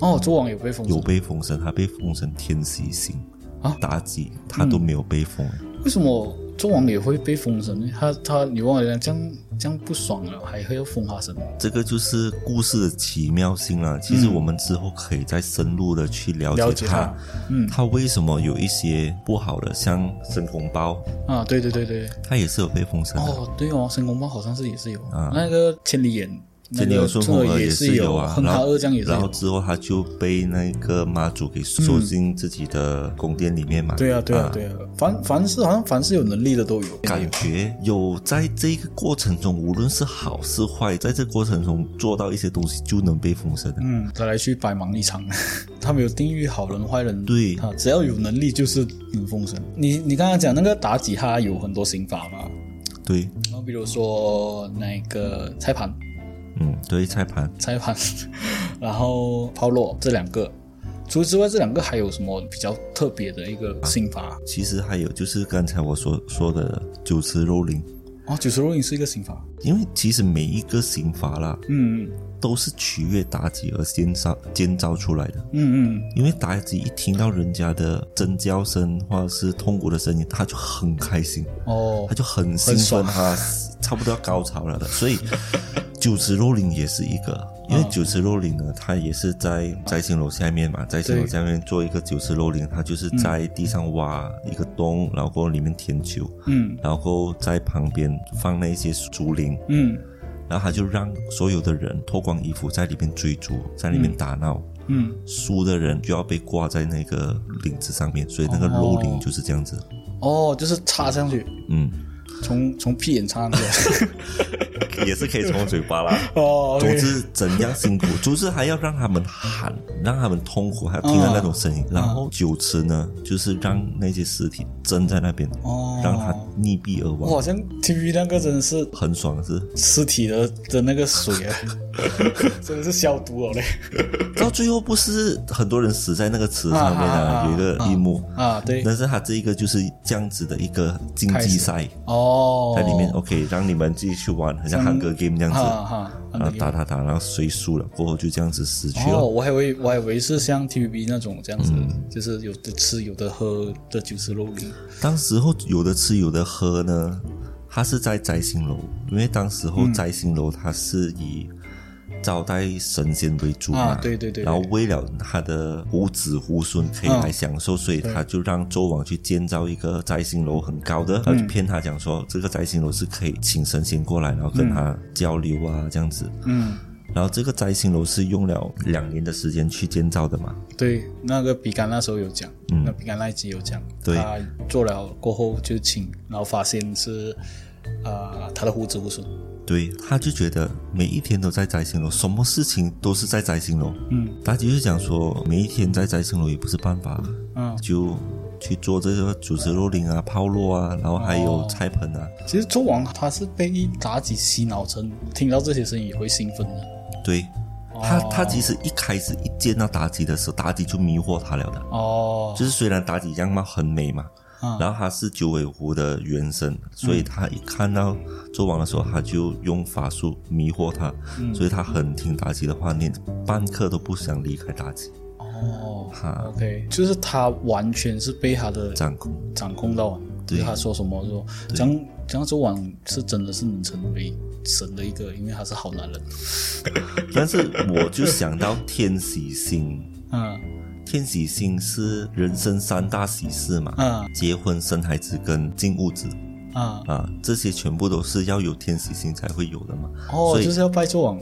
Speaker 2: 哦，周王有被封
Speaker 1: 嗯有
Speaker 2: 神，
Speaker 1: 被封神，他被封神天喜星
Speaker 2: 啊
Speaker 1: 妲己他都没有被封。
Speaker 2: 为什么周王也会被封神呢？他他女娲娘娘这样这样不爽了，还会要封他神？
Speaker 1: 这个就是故事的奇妙性了。其实我们之后可以再深入的去了
Speaker 2: 了
Speaker 1: 解
Speaker 2: 解
Speaker 1: 他，
Speaker 2: 他嗯
Speaker 1: 他为什么有一些不好的，像申公豹，
Speaker 2: 啊，对对对对，
Speaker 1: 他也是有被封神的。
Speaker 2: 哦，对哦，申公豹好像是也是有、那个千里眼，
Speaker 1: 这嗯里有顺风耳
Speaker 2: 也
Speaker 1: 是
Speaker 2: 有
Speaker 1: 啊，
Speaker 2: 哼
Speaker 1: 然
Speaker 2: 哈
Speaker 1: 后
Speaker 2: 二将也是
Speaker 1: 然后
Speaker 2: 有。
Speaker 1: 之后他就被那个妈祖给收进自己的宫殿里面嘛。
Speaker 2: 对啊，对啊，对啊，凡凡是好像凡是有能力的都有。
Speaker 1: 感觉嗯有在这个过程中，无论是好是坏，在这过程中做到一些东西就能被封神的。
Speaker 2: 嗯，再来去百忙一场， 他们有定义好人坏人，
Speaker 1: 对
Speaker 2: 啊，只要有能力就是能封神。你你刚刚讲那个妲己，她有很多刑罚嘛，
Speaker 1: 对，
Speaker 2: 然后比如说那个菜盘，
Speaker 1: 嗯，对，菜盘
Speaker 2: 菜盘，然后抛落这两个，除此之外，这两个还有什么比较特别的一个刑罚？
Speaker 1: 其实还有就是刚才我所说的酒池肉林，
Speaker 2: 哦，九十六应是一个刑罚，
Speaker 1: 因为其实每一个刑罚啦，
Speaker 2: 嗯
Speaker 1: 都是取悦妲己而建造建造出来的。
Speaker 2: 嗯嗯嗯，
Speaker 1: 因为妲己一听到人家的争叫声或者是痛苦的声音，她就很开心，
Speaker 2: 哦
Speaker 1: 她，就很兴
Speaker 2: 很
Speaker 1: 奋，
Speaker 2: 爽
Speaker 1: 她差不多要高潮了的。所以酒池肉林也是一个，因
Speaker 2: 嗯
Speaker 1: 为酒池肉林呢，它也是在摘星楼下面嘛，摘星楼
Speaker 2: 对
Speaker 1: 下面做一个酒池肉林，它就是在地上挖一个洞，然后里面填酒，
Speaker 2: 嗯
Speaker 1: 然后在旁边放那一些竹林，
Speaker 2: 嗯
Speaker 1: 然后他就让所有的人脱光衣服在里面追逐，在里面打闹。
Speaker 2: 嗯，
Speaker 1: 输的人就要被挂在那个领子上面，所以那个
Speaker 2: 哦
Speaker 1: 楼铃就是这样子。
Speaker 2: 哦，就是插上去，
Speaker 1: 嗯，
Speaker 2: 从从屁眼插上去。
Speaker 1: 也是可以从嘴巴啦。
Speaker 2: 哦
Speaker 1: 总之，怎样辛苦，就是还要让他们喊，让他们痛苦，还要听到那种声
Speaker 2: 嗯
Speaker 1: 音。然后酒池呢，就是让那些尸体蒸在那边，
Speaker 2: 哦
Speaker 1: 让他溺毙而
Speaker 2: 我
Speaker 1: 亡
Speaker 2: 好，像 TV 那个真的是
Speaker 1: 很爽是。
Speaker 2: 尸体的的那个水 啊，真的是消毒了嘞。
Speaker 1: 到最后不是很多人死在那个池上面
Speaker 2: 啊啊啊
Speaker 1: 啊，有一个一幕。
Speaker 2: 啊，对，
Speaker 1: 但是他这一个就是这样子的一个竞技赛，
Speaker 2: 哦，嗯啊
Speaker 1: 在里面 OK 让你们自己去玩，很像 Hunger Game 这样子。
Speaker 2: 哈哈，
Speaker 1: 然后打打打，然后谁输了过后就这样子死去了。
Speaker 2: 哦，我嗯还以为我还以为是像 TVB 那种这样子，就是有的吃有的喝的酒池肉林。
Speaker 1: 当时候有的吃有的喝呢，他是在摘星楼，因为当时候摘星楼它是以招待神仙为主嘛，
Speaker 2: 啊对对嗯对对
Speaker 1: 然后为了他的胡子胡孙可以来享受，所以他就让周王去建造一个摘星楼很高的，他就骗他讲说这个摘星楼是可以请神仙过来，然后跟他交流啊、这样子。
Speaker 2: 嗯，
Speaker 1: 然后这个摘星楼是用了两年的时间去建造的嘛，
Speaker 2: 对，那个比干那时候有讲，
Speaker 1: 嗯
Speaker 2: 那比干那一集有讲，
Speaker 1: 对
Speaker 2: 他做了过后就请，然后发现是啊、呃他的胡子无损，
Speaker 1: 对，他就觉得每一天都在摘星楼，什么事情都是在摘星楼。
Speaker 2: 嗯
Speaker 1: 妲己就讲说，每一天在摘星楼也不是办法，
Speaker 2: 嗯，
Speaker 1: 就去做这个主持肉林啊、泡落啊，然后还有菜盆啊。
Speaker 2: 其实周王他是被妲己洗脑成听到这些声音也会兴奋的，
Speaker 1: 对，他
Speaker 2: 哦
Speaker 1: 他其实一开始一见到妲己的时候，妲己就迷惑他了的。
Speaker 2: 哦，
Speaker 1: 就是虽然妲己样貌很美嘛，
Speaker 2: 啊
Speaker 1: 然后她是九尾狐的原身，所以她一看到纣王的时候，她就用法术迷惑他，
Speaker 2: 嗯
Speaker 1: 所以她很听妲己的话，连半刻都不想离开妲己，
Speaker 2: 哦
Speaker 1: 哈
Speaker 2: ，OK，就是他完全是被他的
Speaker 1: 掌控。
Speaker 2: 掌控到啊，
Speaker 1: 对
Speaker 2: 就是他说什么说江江州王是真的是能成为神的一个，因为他是好男人，
Speaker 1: 但是我就想到天喜星，
Speaker 2: 嗯
Speaker 1: 天喜星是人生三大喜事嘛，
Speaker 2: 嗯
Speaker 1: 结婚、生孩子跟进屋子
Speaker 2: 嗯，
Speaker 1: 啊，这些全部都是要有天喜星才会有的嘛。
Speaker 2: 哦，
Speaker 1: 所以
Speaker 2: 就是要拜纣王，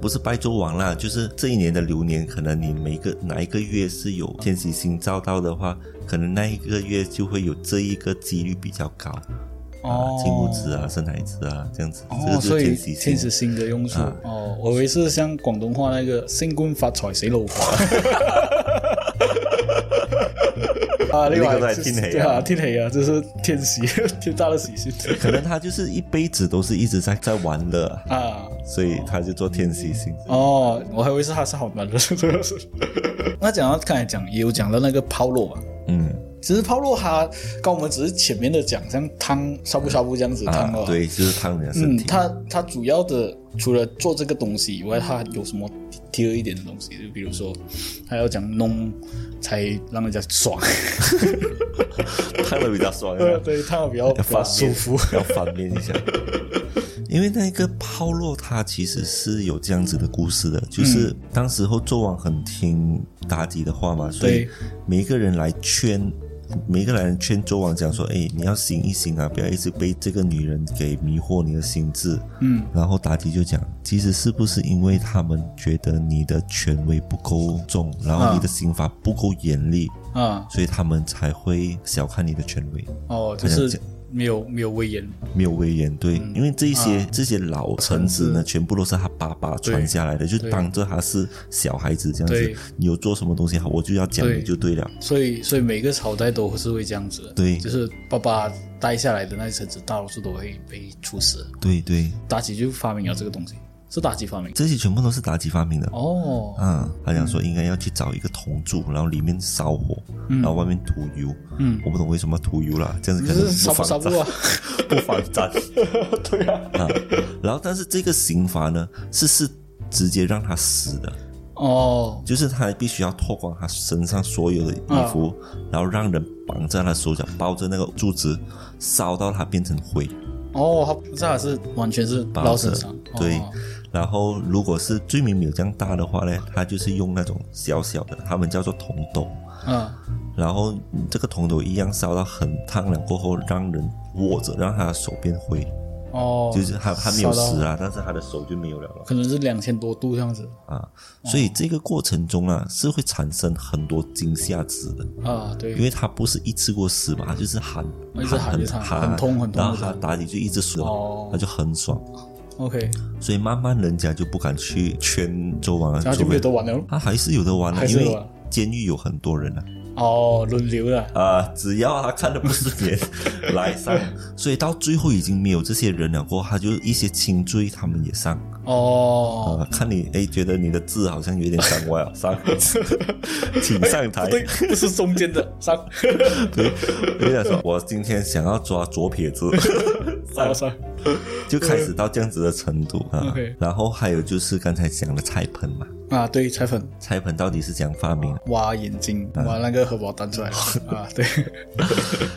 Speaker 1: 不是拜周王啦，就是这一年的流年，可能你每个哪一个月是有天喜星照到的话，可能那一个月就会有这一个几率比较高。啊，
Speaker 2: 哦
Speaker 1: 进屋子啊，生孩子啊，这样子，这
Speaker 2: 哦，
Speaker 1: 个就
Speaker 2: 所
Speaker 1: 是
Speaker 2: 以
Speaker 1: 天喜
Speaker 2: 天时
Speaker 1: 星。
Speaker 2: 星的用处
Speaker 1: 啊
Speaker 2: 哦，我以为是像广东话那个“新官发财谁老花” 。 啊，另
Speaker 1: 那
Speaker 2: 外
Speaker 1: 个都
Speaker 2: 就
Speaker 1: 系
Speaker 2: 是
Speaker 1: 天黑啊
Speaker 2: 对啊，天黑啊，这是天喜， 天大的喜讯
Speaker 1: 可能他就是一辈子都是一直在在玩乐啊，
Speaker 2: 啊！
Speaker 1: 所以他就做天喜 星。
Speaker 2: 哦，我还以为是他是好男人， 真的是。那讲到刚才讲也有讲到那个啊抛肉吧，
Speaker 1: 嗯，
Speaker 2: 只是抛肉它跟我们只是前面的讲，像汤呷不呷不这样子汤
Speaker 1: 啊
Speaker 2: 哦，，
Speaker 1: 对，就是烫你的身
Speaker 2: 嗯，
Speaker 1: 体。
Speaker 2: 它它主要的除了做这个东西以外，它有什么第二一点的东西？就比如说，它要讲弄才让人家爽，
Speaker 1: 烫的比较爽啊，
Speaker 2: 对，它比较
Speaker 1: 要
Speaker 2: 比较
Speaker 1: 翻
Speaker 2: 舒
Speaker 1: 面
Speaker 2: 服。，
Speaker 1: 要翻面 一下。因为那个炮烙，它其实是有这样子的故事的，
Speaker 2: 嗯
Speaker 1: 就是当时候纣王很听妲己的话嘛，所以
Speaker 2: 对
Speaker 1: 每一个人来劝，每一个人劝纣王讲说：“哎，你要醒一醒啊，不要一直被这个女人给迷惑你的心智。”
Speaker 2: 嗯，
Speaker 1: 然后妲己就讲：“其实是不是因为他们觉得你的权威不够重，然后你的刑罚不够严厉，
Speaker 2: 啊，
Speaker 1: 所以他们才会小看你的权威？”
Speaker 2: 哦，就
Speaker 1: 好像
Speaker 2: 是
Speaker 1: 讲
Speaker 2: 没有没有威严，
Speaker 1: 没有威严，对，
Speaker 2: 嗯
Speaker 1: 因为这
Speaker 2: 啊
Speaker 1: 些、这些老臣子呢，全部都是他爸爸传下来的，就当着他是小孩子这样
Speaker 2: 对
Speaker 1: 子。你有做什么东西好，我就要讲
Speaker 2: 对
Speaker 1: 你就对了。
Speaker 2: 所以所以每个朝代都是会这样子的。
Speaker 1: 对
Speaker 2: 就是爸爸带下来的那一层子，大多数都会被处死。
Speaker 1: 对对，
Speaker 2: 妲己就发明了这个东西，是妲己发明的。
Speaker 1: 这些全部都是妲己发明的。
Speaker 2: 哦，
Speaker 1: 嗯，他讲说应该要去找一个铜柱，然后里面烧火，然后外面涂油。
Speaker 2: 嗯，
Speaker 1: 我不懂为什么涂油啦，这样子可
Speaker 2: 就
Speaker 1: 能
Speaker 2: 是杀
Speaker 1: 不
Speaker 2: 不杀
Speaker 1: 防
Speaker 2: 不
Speaker 1: 战，
Speaker 2: 啊？
Speaker 1: 不防 战。
Speaker 2: 对啊。
Speaker 1: 啊，然后但是这个刑罚呢，是是直接让他死的。
Speaker 2: 哦，
Speaker 1: 就是他必须要脱光他身上所有的衣服，
Speaker 2: 嗯
Speaker 1: 然后让人绑在他手脚，包着那个柱子，烧到他变成灰。
Speaker 2: 哦，他不是，他是完全是
Speaker 1: 包
Speaker 2: 捞
Speaker 1: 着
Speaker 2: 身上。
Speaker 1: 对
Speaker 2: 哦
Speaker 1: 然后，如果是罪名没有这样大的话呢，他就是用那种小小的，他们叫做铜斗，
Speaker 2: 嗯，
Speaker 1: 然后嗯这个铜斗一样烧到很烫了过后，让人握着，让他的手变灰，
Speaker 2: 哦，
Speaker 1: 就是他他没有
Speaker 2: 烧到
Speaker 1: 死啊，但是他的手就没有了了
Speaker 2: 可能是两千多度这样子
Speaker 1: 啊。所以这个过程中啊，是会产生很多惊吓值的。
Speaker 2: 啊，
Speaker 1: 因
Speaker 2: 对，
Speaker 1: 为他不是一次过死嘛，他就是喊，
Speaker 2: 哦一直喊一直喊很痛很痛
Speaker 1: 然后
Speaker 2: 很
Speaker 1: 他
Speaker 2: 痛
Speaker 1: 打你就一直死，
Speaker 2: 哦
Speaker 1: 他就很爽，
Speaker 2: ，OK，
Speaker 1: 所以慢慢人家就不敢去圈周王了，
Speaker 2: 然后就
Speaker 1: 周
Speaker 2: 没
Speaker 1: 围
Speaker 2: 有得玩了，
Speaker 1: 他还是有的玩
Speaker 2: 还
Speaker 1: 的，
Speaker 2: 是
Speaker 1: 因
Speaker 2: 有
Speaker 1: 为
Speaker 2: 啊
Speaker 1: 监狱有很多人啊，
Speaker 2: 哦，轮流了，
Speaker 1: 啊，只要他看的不是脸来上， 所以到最后已经没有这些人了，过后他就一些轻罪他们也上，
Speaker 2: 哦，
Speaker 1: 啊，看你哎觉得你的字好像有点伤歪啊，上， 请哦上台
Speaker 2: 哎不。对，不是中间的 上
Speaker 1: 对，我就想说，我今天想要抓左撇子。
Speaker 2: 上上，
Speaker 1: 就开始到这样子的程度啊。
Speaker 2: OK
Speaker 1: 然后还有就是刚才讲的菜盆嘛，
Speaker 2: 啊，对，彩粉
Speaker 1: 菜盆到底是怎样发明的？
Speaker 2: 挖眼睛，
Speaker 1: 啊
Speaker 2: 挖那个荷包蛋出来了啊，对，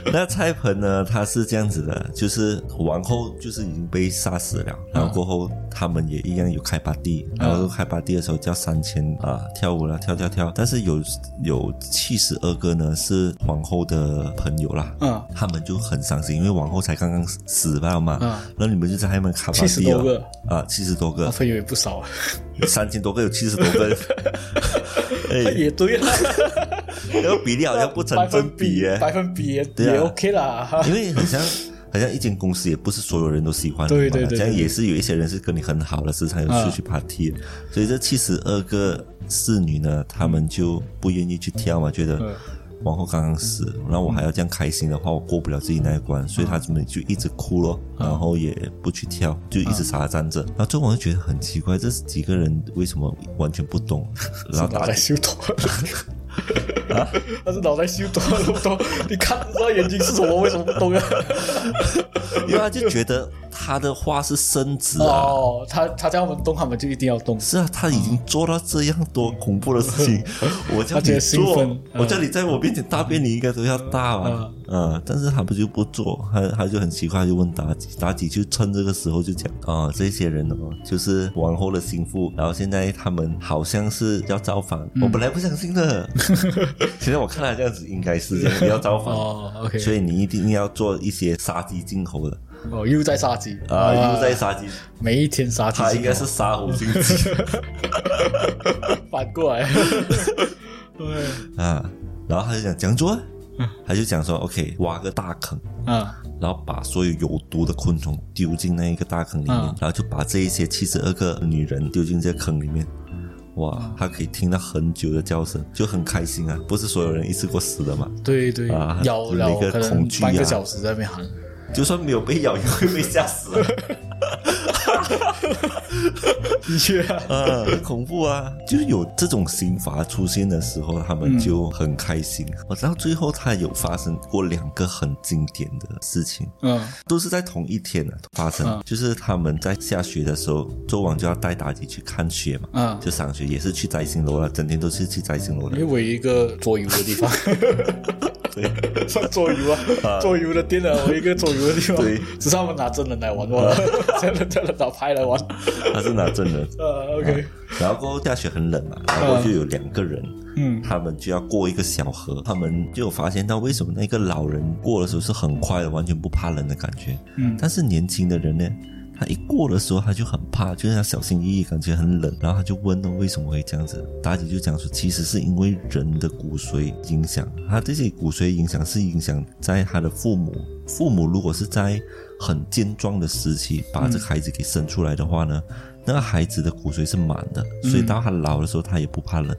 Speaker 1: 那菜盆呢，它是这样子的，就是王后就是已经被杀死了，然后过后他们也一样有开巴蒂，然后开巴蒂的时候叫三千啊跳舞啦，跳跳跳，但是有有七十二个呢是皇后的朋友啦。
Speaker 2: 嗯，
Speaker 1: 他们就很伤心，因为王后才刚刚死罢嘛，
Speaker 2: 嗯
Speaker 1: 然后你们就在他们卡巴蒂哦
Speaker 2: 70多个
Speaker 1: 啊，七十多个，
Speaker 2: 朋友也不少啊，
Speaker 1: 三千多个有七十多个，哎，
Speaker 2: 也对啊，
Speaker 1: 那个比例好像不
Speaker 2: 百
Speaker 1: 成正
Speaker 2: 分
Speaker 1: 比耶，
Speaker 2: 百分比也
Speaker 1: 啊
Speaker 2: 也 OK 啦，哈
Speaker 1: 因为很像。好像一间公司也不是所有人都喜欢你嘛
Speaker 2: 对对对对啊
Speaker 1: 这样也是有一些人是跟你很好的，时常有出去 party，、所以这七十二个侍女呢，她们就不愿意去跳嘛，觉得
Speaker 2: 嗯
Speaker 1: 王后刚刚死，然后我还要这样开心的话，我过不了自己那一关，所以
Speaker 2: 嗯
Speaker 1: 他怎么就一直哭咯，然后也不去跳，就一
Speaker 2: 嗯
Speaker 1: 直傻站着。然后这我就觉得很奇怪，这几个人为什么完全不懂？然后
Speaker 2: 脑
Speaker 1: 打
Speaker 2: 袋修多了。
Speaker 1: 啊
Speaker 2: 他是脑袋修多了不懂，你看得到眼睛是什么？为什么不懂啊？
Speaker 1: 因为他啊就觉得他的话是圣旨啊。
Speaker 2: 哦，他他叫他们动，他们就一定要动。
Speaker 1: 是啊，他已经做到这样多恐怖的事 情，我叫
Speaker 2: 他觉
Speaker 1: 你
Speaker 2: 得兴
Speaker 1: 做
Speaker 2: 奋，嗯
Speaker 1: 我叫你在我面前大便，你应该都要大吧？嗯，但是他不就不做，他他就很奇怪，就问妲己，妲己就趁这个时候就讲啊、这些人哦，就是王后的心腹，然后现在他们好像是要造反，
Speaker 2: 嗯
Speaker 1: 我本来不相信 的，现在我看他这样子，应该是这样，要造反。
Speaker 2: 哦，OK，
Speaker 1: 所以你一定要做一些杀鸡儆猴的
Speaker 2: 哦，又在杀鸡
Speaker 1: 啊！又在，杀鸡，
Speaker 2: 每一天杀鸡，
Speaker 1: 他应该是杀猴心机。
Speaker 2: 反过来。对，
Speaker 1: 啊，然后他就讲讲做啊，他就讲说 OK，挖个大坑，
Speaker 2: 啊，
Speaker 1: 然后把所有有毒的昆虫丢进那一个大坑里面，
Speaker 2: 嗯
Speaker 1: 然后就把这一些七十二个女人丢进这个坑里面。哇，他可以听到很久的叫声，就很开心啊！不是所有人一次过死的嘛，
Speaker 2: 对对，
Speaker 1: 啊
Speaker 2: 咬
Speaker 1: 那
Speaker 2: 了
Speaker 1: 个
Speaker 2: 可能
Speaker 1: 恐惧
Speaker 2: 半个
Speaker 1: 啊
Speaker 2: 小时在那 边喊，
Speaker 1: 就算没有被咬，也会被吓死啊！
Speaker 2: 的确啊，
Speaker 1: 啊，很恐怖啊！就是有这种刑罚出现的时候，他们就很开心。我知道最后他有发生过两个很经典的事情，
Speaker 2: 嗯
Speaker 1: 都是在同一天啊发生，
Speaker 2: 嗯
Speaker 1: 就是他们在下雪的时候，周王就要带妲己去看雪嘛，
Speaker 2: 嗯，
Speaker 1: 就赏雪，也是去摘星楼了，整天都是去摘星楼的
Speaker 2: 因为。我有一个桌游的 地方，
Speaker 1: 对，
Speaker 2: 算桌游啊，桌游的店啊，我有一个桌游的地方，
Speaker 1: 对啊
Speaker 2: 只是他们拿真人来玩玩，真人真人打牌来玩，
Speaker 1: 他是拿证人。
Speaker 2: 呃，OK，
Speaker 1: 嗯然后过后下雪很冷嘛，然后就有两个人，
Speaker 2: 嗯
Speaker 1: 他们就要过一个小河，他们就有发现到为什么那个老人过的时候是很快的，完全不怕冷的感觉，
Speaker 2: 嗯
Speaker 1: 但是年轻的人呢，他一过的时候他就很怕，就是他小心翼翼，感觉很冷，然后他就问了为什么会这样子，妲己就讲说，其实是因为人的骨髓影响，他这些骨髓影响是影响在他的父母，父母如果是在很健壮的时期把这个孩子给生出来的话呢。那个孩子的骨髓是满的，所以到他老的时候，他也不怕冷。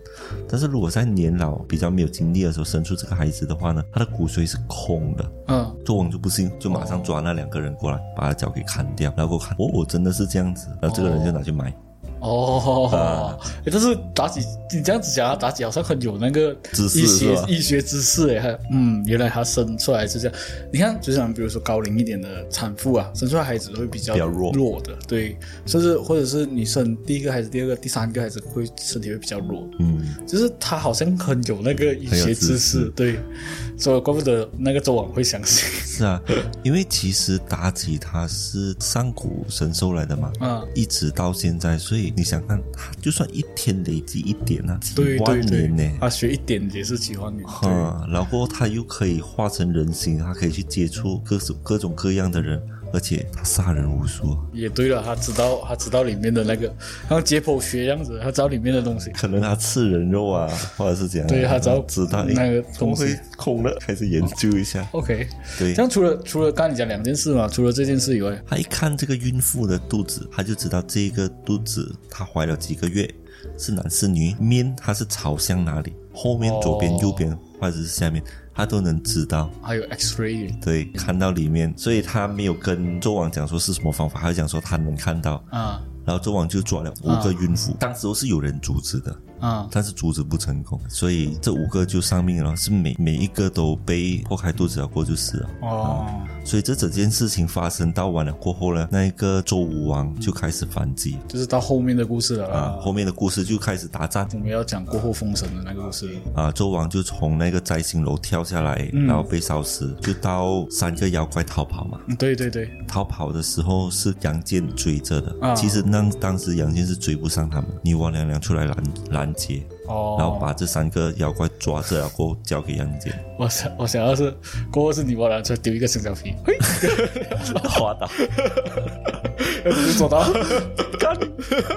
Speaker 1: 但是如果在年老比较没有精力的时候生出这个孩子的话呢，他的骨髓是空的，
Speaker 2: 嗯
Speaker 1: 周王就不信，就马上抓那两个人过来，把他脚给砍掉，然后给我看，哦，我真的是这样子，然后这个人就拿去埋，
Speaker 2: 哦
Speaker 1: 啊，
Speaker 2: 诶但是妲己，你这样子讲啊，妲己好像很有那个
Speaker 1: 知识
Speaker 2: 医学
Speaker 1: 是吧
Speaker 2: 医学知识诶，她嗯，原来她生出来是这样。你看，就像比如说高龄一点的产妇啊，生出来孩子会比较
Speaker 1: 比较弱
Speaker 2: 弱的，对，甚至或者是你生第一个孩子、第二个、第三个孩子会身体会比较弱，
Speaker 1: 嗯，
Speaker 2: 就是她好像很有那个医
Speaker 1: 很有
Speaker 2: 学
Speaker 1: 知识
Speaker 2: 知识，对，所以怪不得那个周王会相信
Speaker 1: 是啊，因为其实妲己她是上古神兽来的嘛，
Speaker 2: 啊。
Speaker 1: 一直到现在，所以你想看，她就算一天累积一点啊，
Speaker 2: 对
Speaker 1: 几万
Speaker 2: 对对
Speaker 1: 年呢、，
Speaker 2: 她学一点也是几万年，对，
Speaker 1: 啊，然后他又可以化成人形，他可以去接触各种各种各样的人，而且他杀人无数啊，
Speaker 2: 也对了，他知道他知道里面的那个，像解剖学样子，他知道里面的东西。
Speaker 1: 可能他吃人肉啊，或者是怎样啊，
Speaker 2: 对他只要
Speaker 1: 知道
Speaker 2: 那个东
Speaker 1: 空
Speaker 2: 西
Speaker 1: 会空了，开始研究一下。
Speaker 2: OK，
Speaker 1: 对
Speaker 2: 这，样除了除了刚才你讲两件事嘛，除了这件事以外，
Speaker 1: 他一看这个孕妇的肚子，他就知道这个肚子她怀了几个月，是男是女，面她是朝向哪里，后面
Speaker 2: 哦、
Speaker 1: 左边、右边或者是下面，他都能知道。
Speaker 2: 还有 X-ray，
Speaker 1: 对，看到里面，所以他没有跟周王讲说是什么方法，他就讲说他能看到。
Speaker 2: 啊
Speaker 1: 然后周王就抓了五个孕妇，当时都是有人阻止的，
Speaker 2: 啊
Speaker 1: 但是阻止不成功，所以这五个就丧命了，是每每一个都被破开肚子了过后就死了。
Speaker 2: 哦，
Speaker 1: 所以这整件事情发生到完了过后呢，那一个周武王就开始反击
Speaker 2: 就是到后面的故事了啦。
Speaker 1: 啊，后面的故事就开始打仗
Speaker 2: 我们要讲过后封神的那个故事，
Speaker 1: 啊，周王就从那个摘星楼跳下来，然后被烧死，就到三个妖怪逃跑嘛。
Speaker 2: 嗯，对对对，
Speaker 1: 逃跑的时候是杨戬追着的，
Speaker 2: 啊
Speaker 1: 其实那当时杨戬是追不上他们，女娲娘娘出来拦拦截，
Speaker 2: 哦，
Speaker 1: 然后把这三个妖怪抓着了过后交给杨戬，
Speaker 2: 我想我想要是过后是你把出来丢一个香蕉皮， 嘿，
Speaker 1: 滑倒。
Speaker 2: 走到，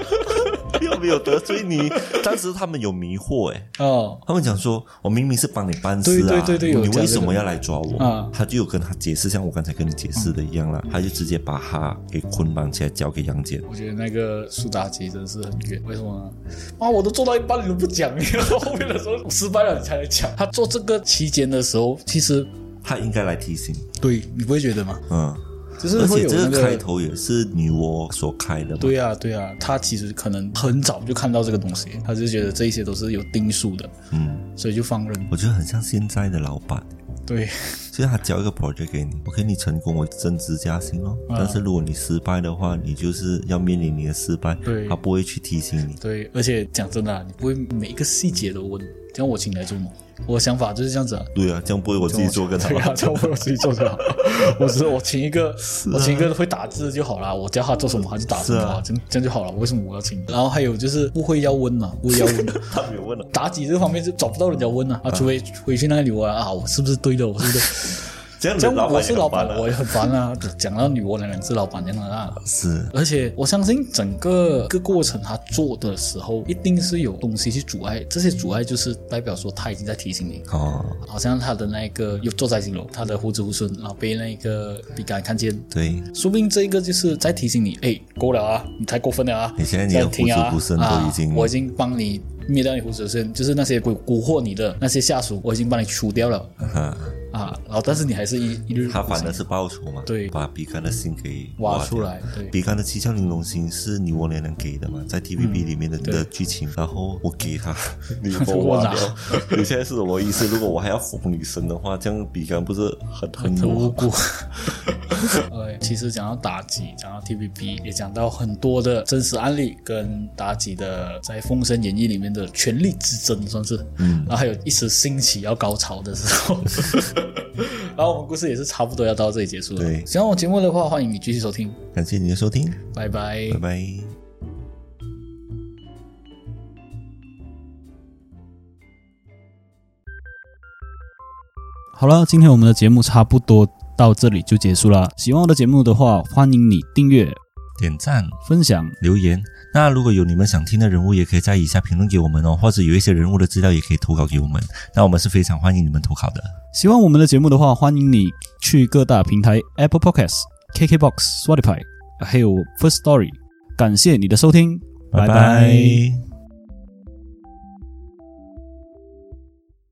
Speaker 1: 又没有得罪你。 当时他们有迷惑哎、
Speaker 2: 哦，
Speaker 1: 他们讲说，我明明是帮你办事啊，
Speaker 2: 对对对对有
Speaker 1: 你
Speaker 2: 讲这个
Speaker 1: 为什么要来抓我？
Speaker 2: 啊
Speaker 1: 他就有跟他解释，像我刚才跟你解释的一样啦，他就直接把他给捆绑起来，交给杨戬。
Speaker 2: 我觉得那个苏妲己真的是很冤，为什么呢？妈，我都做到一半，你都不讲，你后面的时候失败了你才来讲。他做这个期间的时候，其实
Speaker 1: 他应该来提醒，
Speaker 2: 对你不会觉得吗？
Speaker 1: 嗯，
Speaker 2: 就是
Speaker 1: 而
Speaker 2: 会
Speaker 1: 且
Speaker 2: 有
Speaker 1: 这
Speaker 2: 那
Speaker 1: 个开头也是女娲所开的嘛。
Speaker 2: 对啊，对啊，他其实可能很早就看到这个东西，他就觉得这一些都是有定数的，
Speaker 1: 嗯，
Speaker 2: 所以就放任。
Speaker 1: 我觉得很像现在的老板，
Speaker 2: 对，
Speaker 1: 就是他交一个 project 给你，OK，你成功我升职加薪咯。
Speaker 2: 啊
Speaker 1: 但是如果你失败的话，你就是要面临你的失败，
Speaker 2: 对
Speaker 1: 他不会去提醒你。
Speaker 2: 对，而且讲真的啊、你不会每一个细节都问，像我请你来做梦，我的想法就是这样子啊。
Speaker 1: 对啊，这样不会我自己做跟他
Speaker 2: 对
Speaker 1: 吧
Speaker 2: 啊，这样我自己做就好。我只是我请一个，我请一个会打字就好啦。我叫他做什么他就打什么
Speaker 1: 是
Speaker 2: 啊，
Speaker 1: 啊
Speaker 2: 这样这样就好了。为什么我要请？然后还有就是误会要温嘛，误会要 温。
Speaker 1: 他没有问了。啊
Speaker 2: 妲己这方面就找不到人家温啊，啊，除非回去那里我啊，我是不是对的？我是不 是？
Speaker 1: 这样
Speaker 2: 这
Speaker 1: 子
Speaker 2: 样
Speaker 1: 老
Speaker 2: 我
Speaker 1: 板
Speaker 2: 是
Speaker 1: 也
Speaker 2: 老
Speaker 1: 很
Speaker 2: 板
Speaker 1: 烦，啊
Speaker 2: 我也很烦啊。讲到女娲娘娘是老板娘了啊。
Speaker 1: 是
Speaker 2: 而且我相信整个一个过程，他做的时候一定是有东西去阻碍，这些阻碍就是代表说他已经在提醒你，
Speaker 1: 哦，
Speaker 2: 好像他的那个有坐在金楼，他的胡子胡孙，然后被那个比干看见，
Speaker 1: 对，
Speaker 2: 说不定这一个就是在提醒你，哎，够了啊，你太过分了啊！
Speaker 1: 你现在你的
Speaker 2: 再听
Speaker 1: 胡
Speaker 2: 啊
Speaker 1: 子胡孙
Speaker 2: 啊
Speaker 1: 都已经
Speaker 2: 我已经帮你灭掉你胡子胡孙，就是那些蛊蛊惑你的那些下属，我已经帮你除掉了
Speaker 1: 哈，
Speaker 2: 啊，然后但是你还是一一律
Speaker 1: 他反的是报仇嘛，
Speaker 2: 对
Speaker 1: 把比干的心给
Speaker 2: 挖
Speaker 1: 掉
Speaker 2: 出来对
Speaker 1: 比干的七窍玲珑心是女娲娘娘给的嘛，在 TVB 里面的
Speaker 2: 嗯对
Speaker 1: 的剧情，然后 我给 他，你
Speaker 2: 给我挖掉，
Speaker 1: 你现在是什么意思？如果我还要哄女生的话，这样比干不是很很
Speaker 2: 很无
Speaker 1: 有
Speaker 2: 辜。 呃，其实讲到妲己，讲到 TVB，也讲到很多的真实案例跟妲己的在《封神演义》里面的权力之争，算是。嗯。然后还有一时兴起要高潮的时候。然后我们故事也是差不多要到这里结束了。
Speaker 1: 对
Speaker 2: 喜欢我节目的话，欢迎你继续收听，
Speaker 1: 感谢你的收听，
Speaker 2: 拜拜
Speaker 1: 拜。拜。
Speaker 3: 好了，今天我们的节目差不多到这里就结束了。喜欢我的节目的话，欢迎你订阅、
Speaker 1: 点赞
Speaker 3: 分享。
Speaker 1: 留言。那如果有你们想听的人物，也可以在以下评论给我们哦，或者有一些人物的资料也可以投稿给我们。那我们是非常欢迎你们投稿的。
Speaker 3: 喜欢我们的节目的话，欢迎你去各大平台 Apple Podcasts、KKBox、Spotify，还有 First Story。感谢你的收听，
Speaker 1: 拜
Speaker 3: 拜拜
Speaker 1: 拜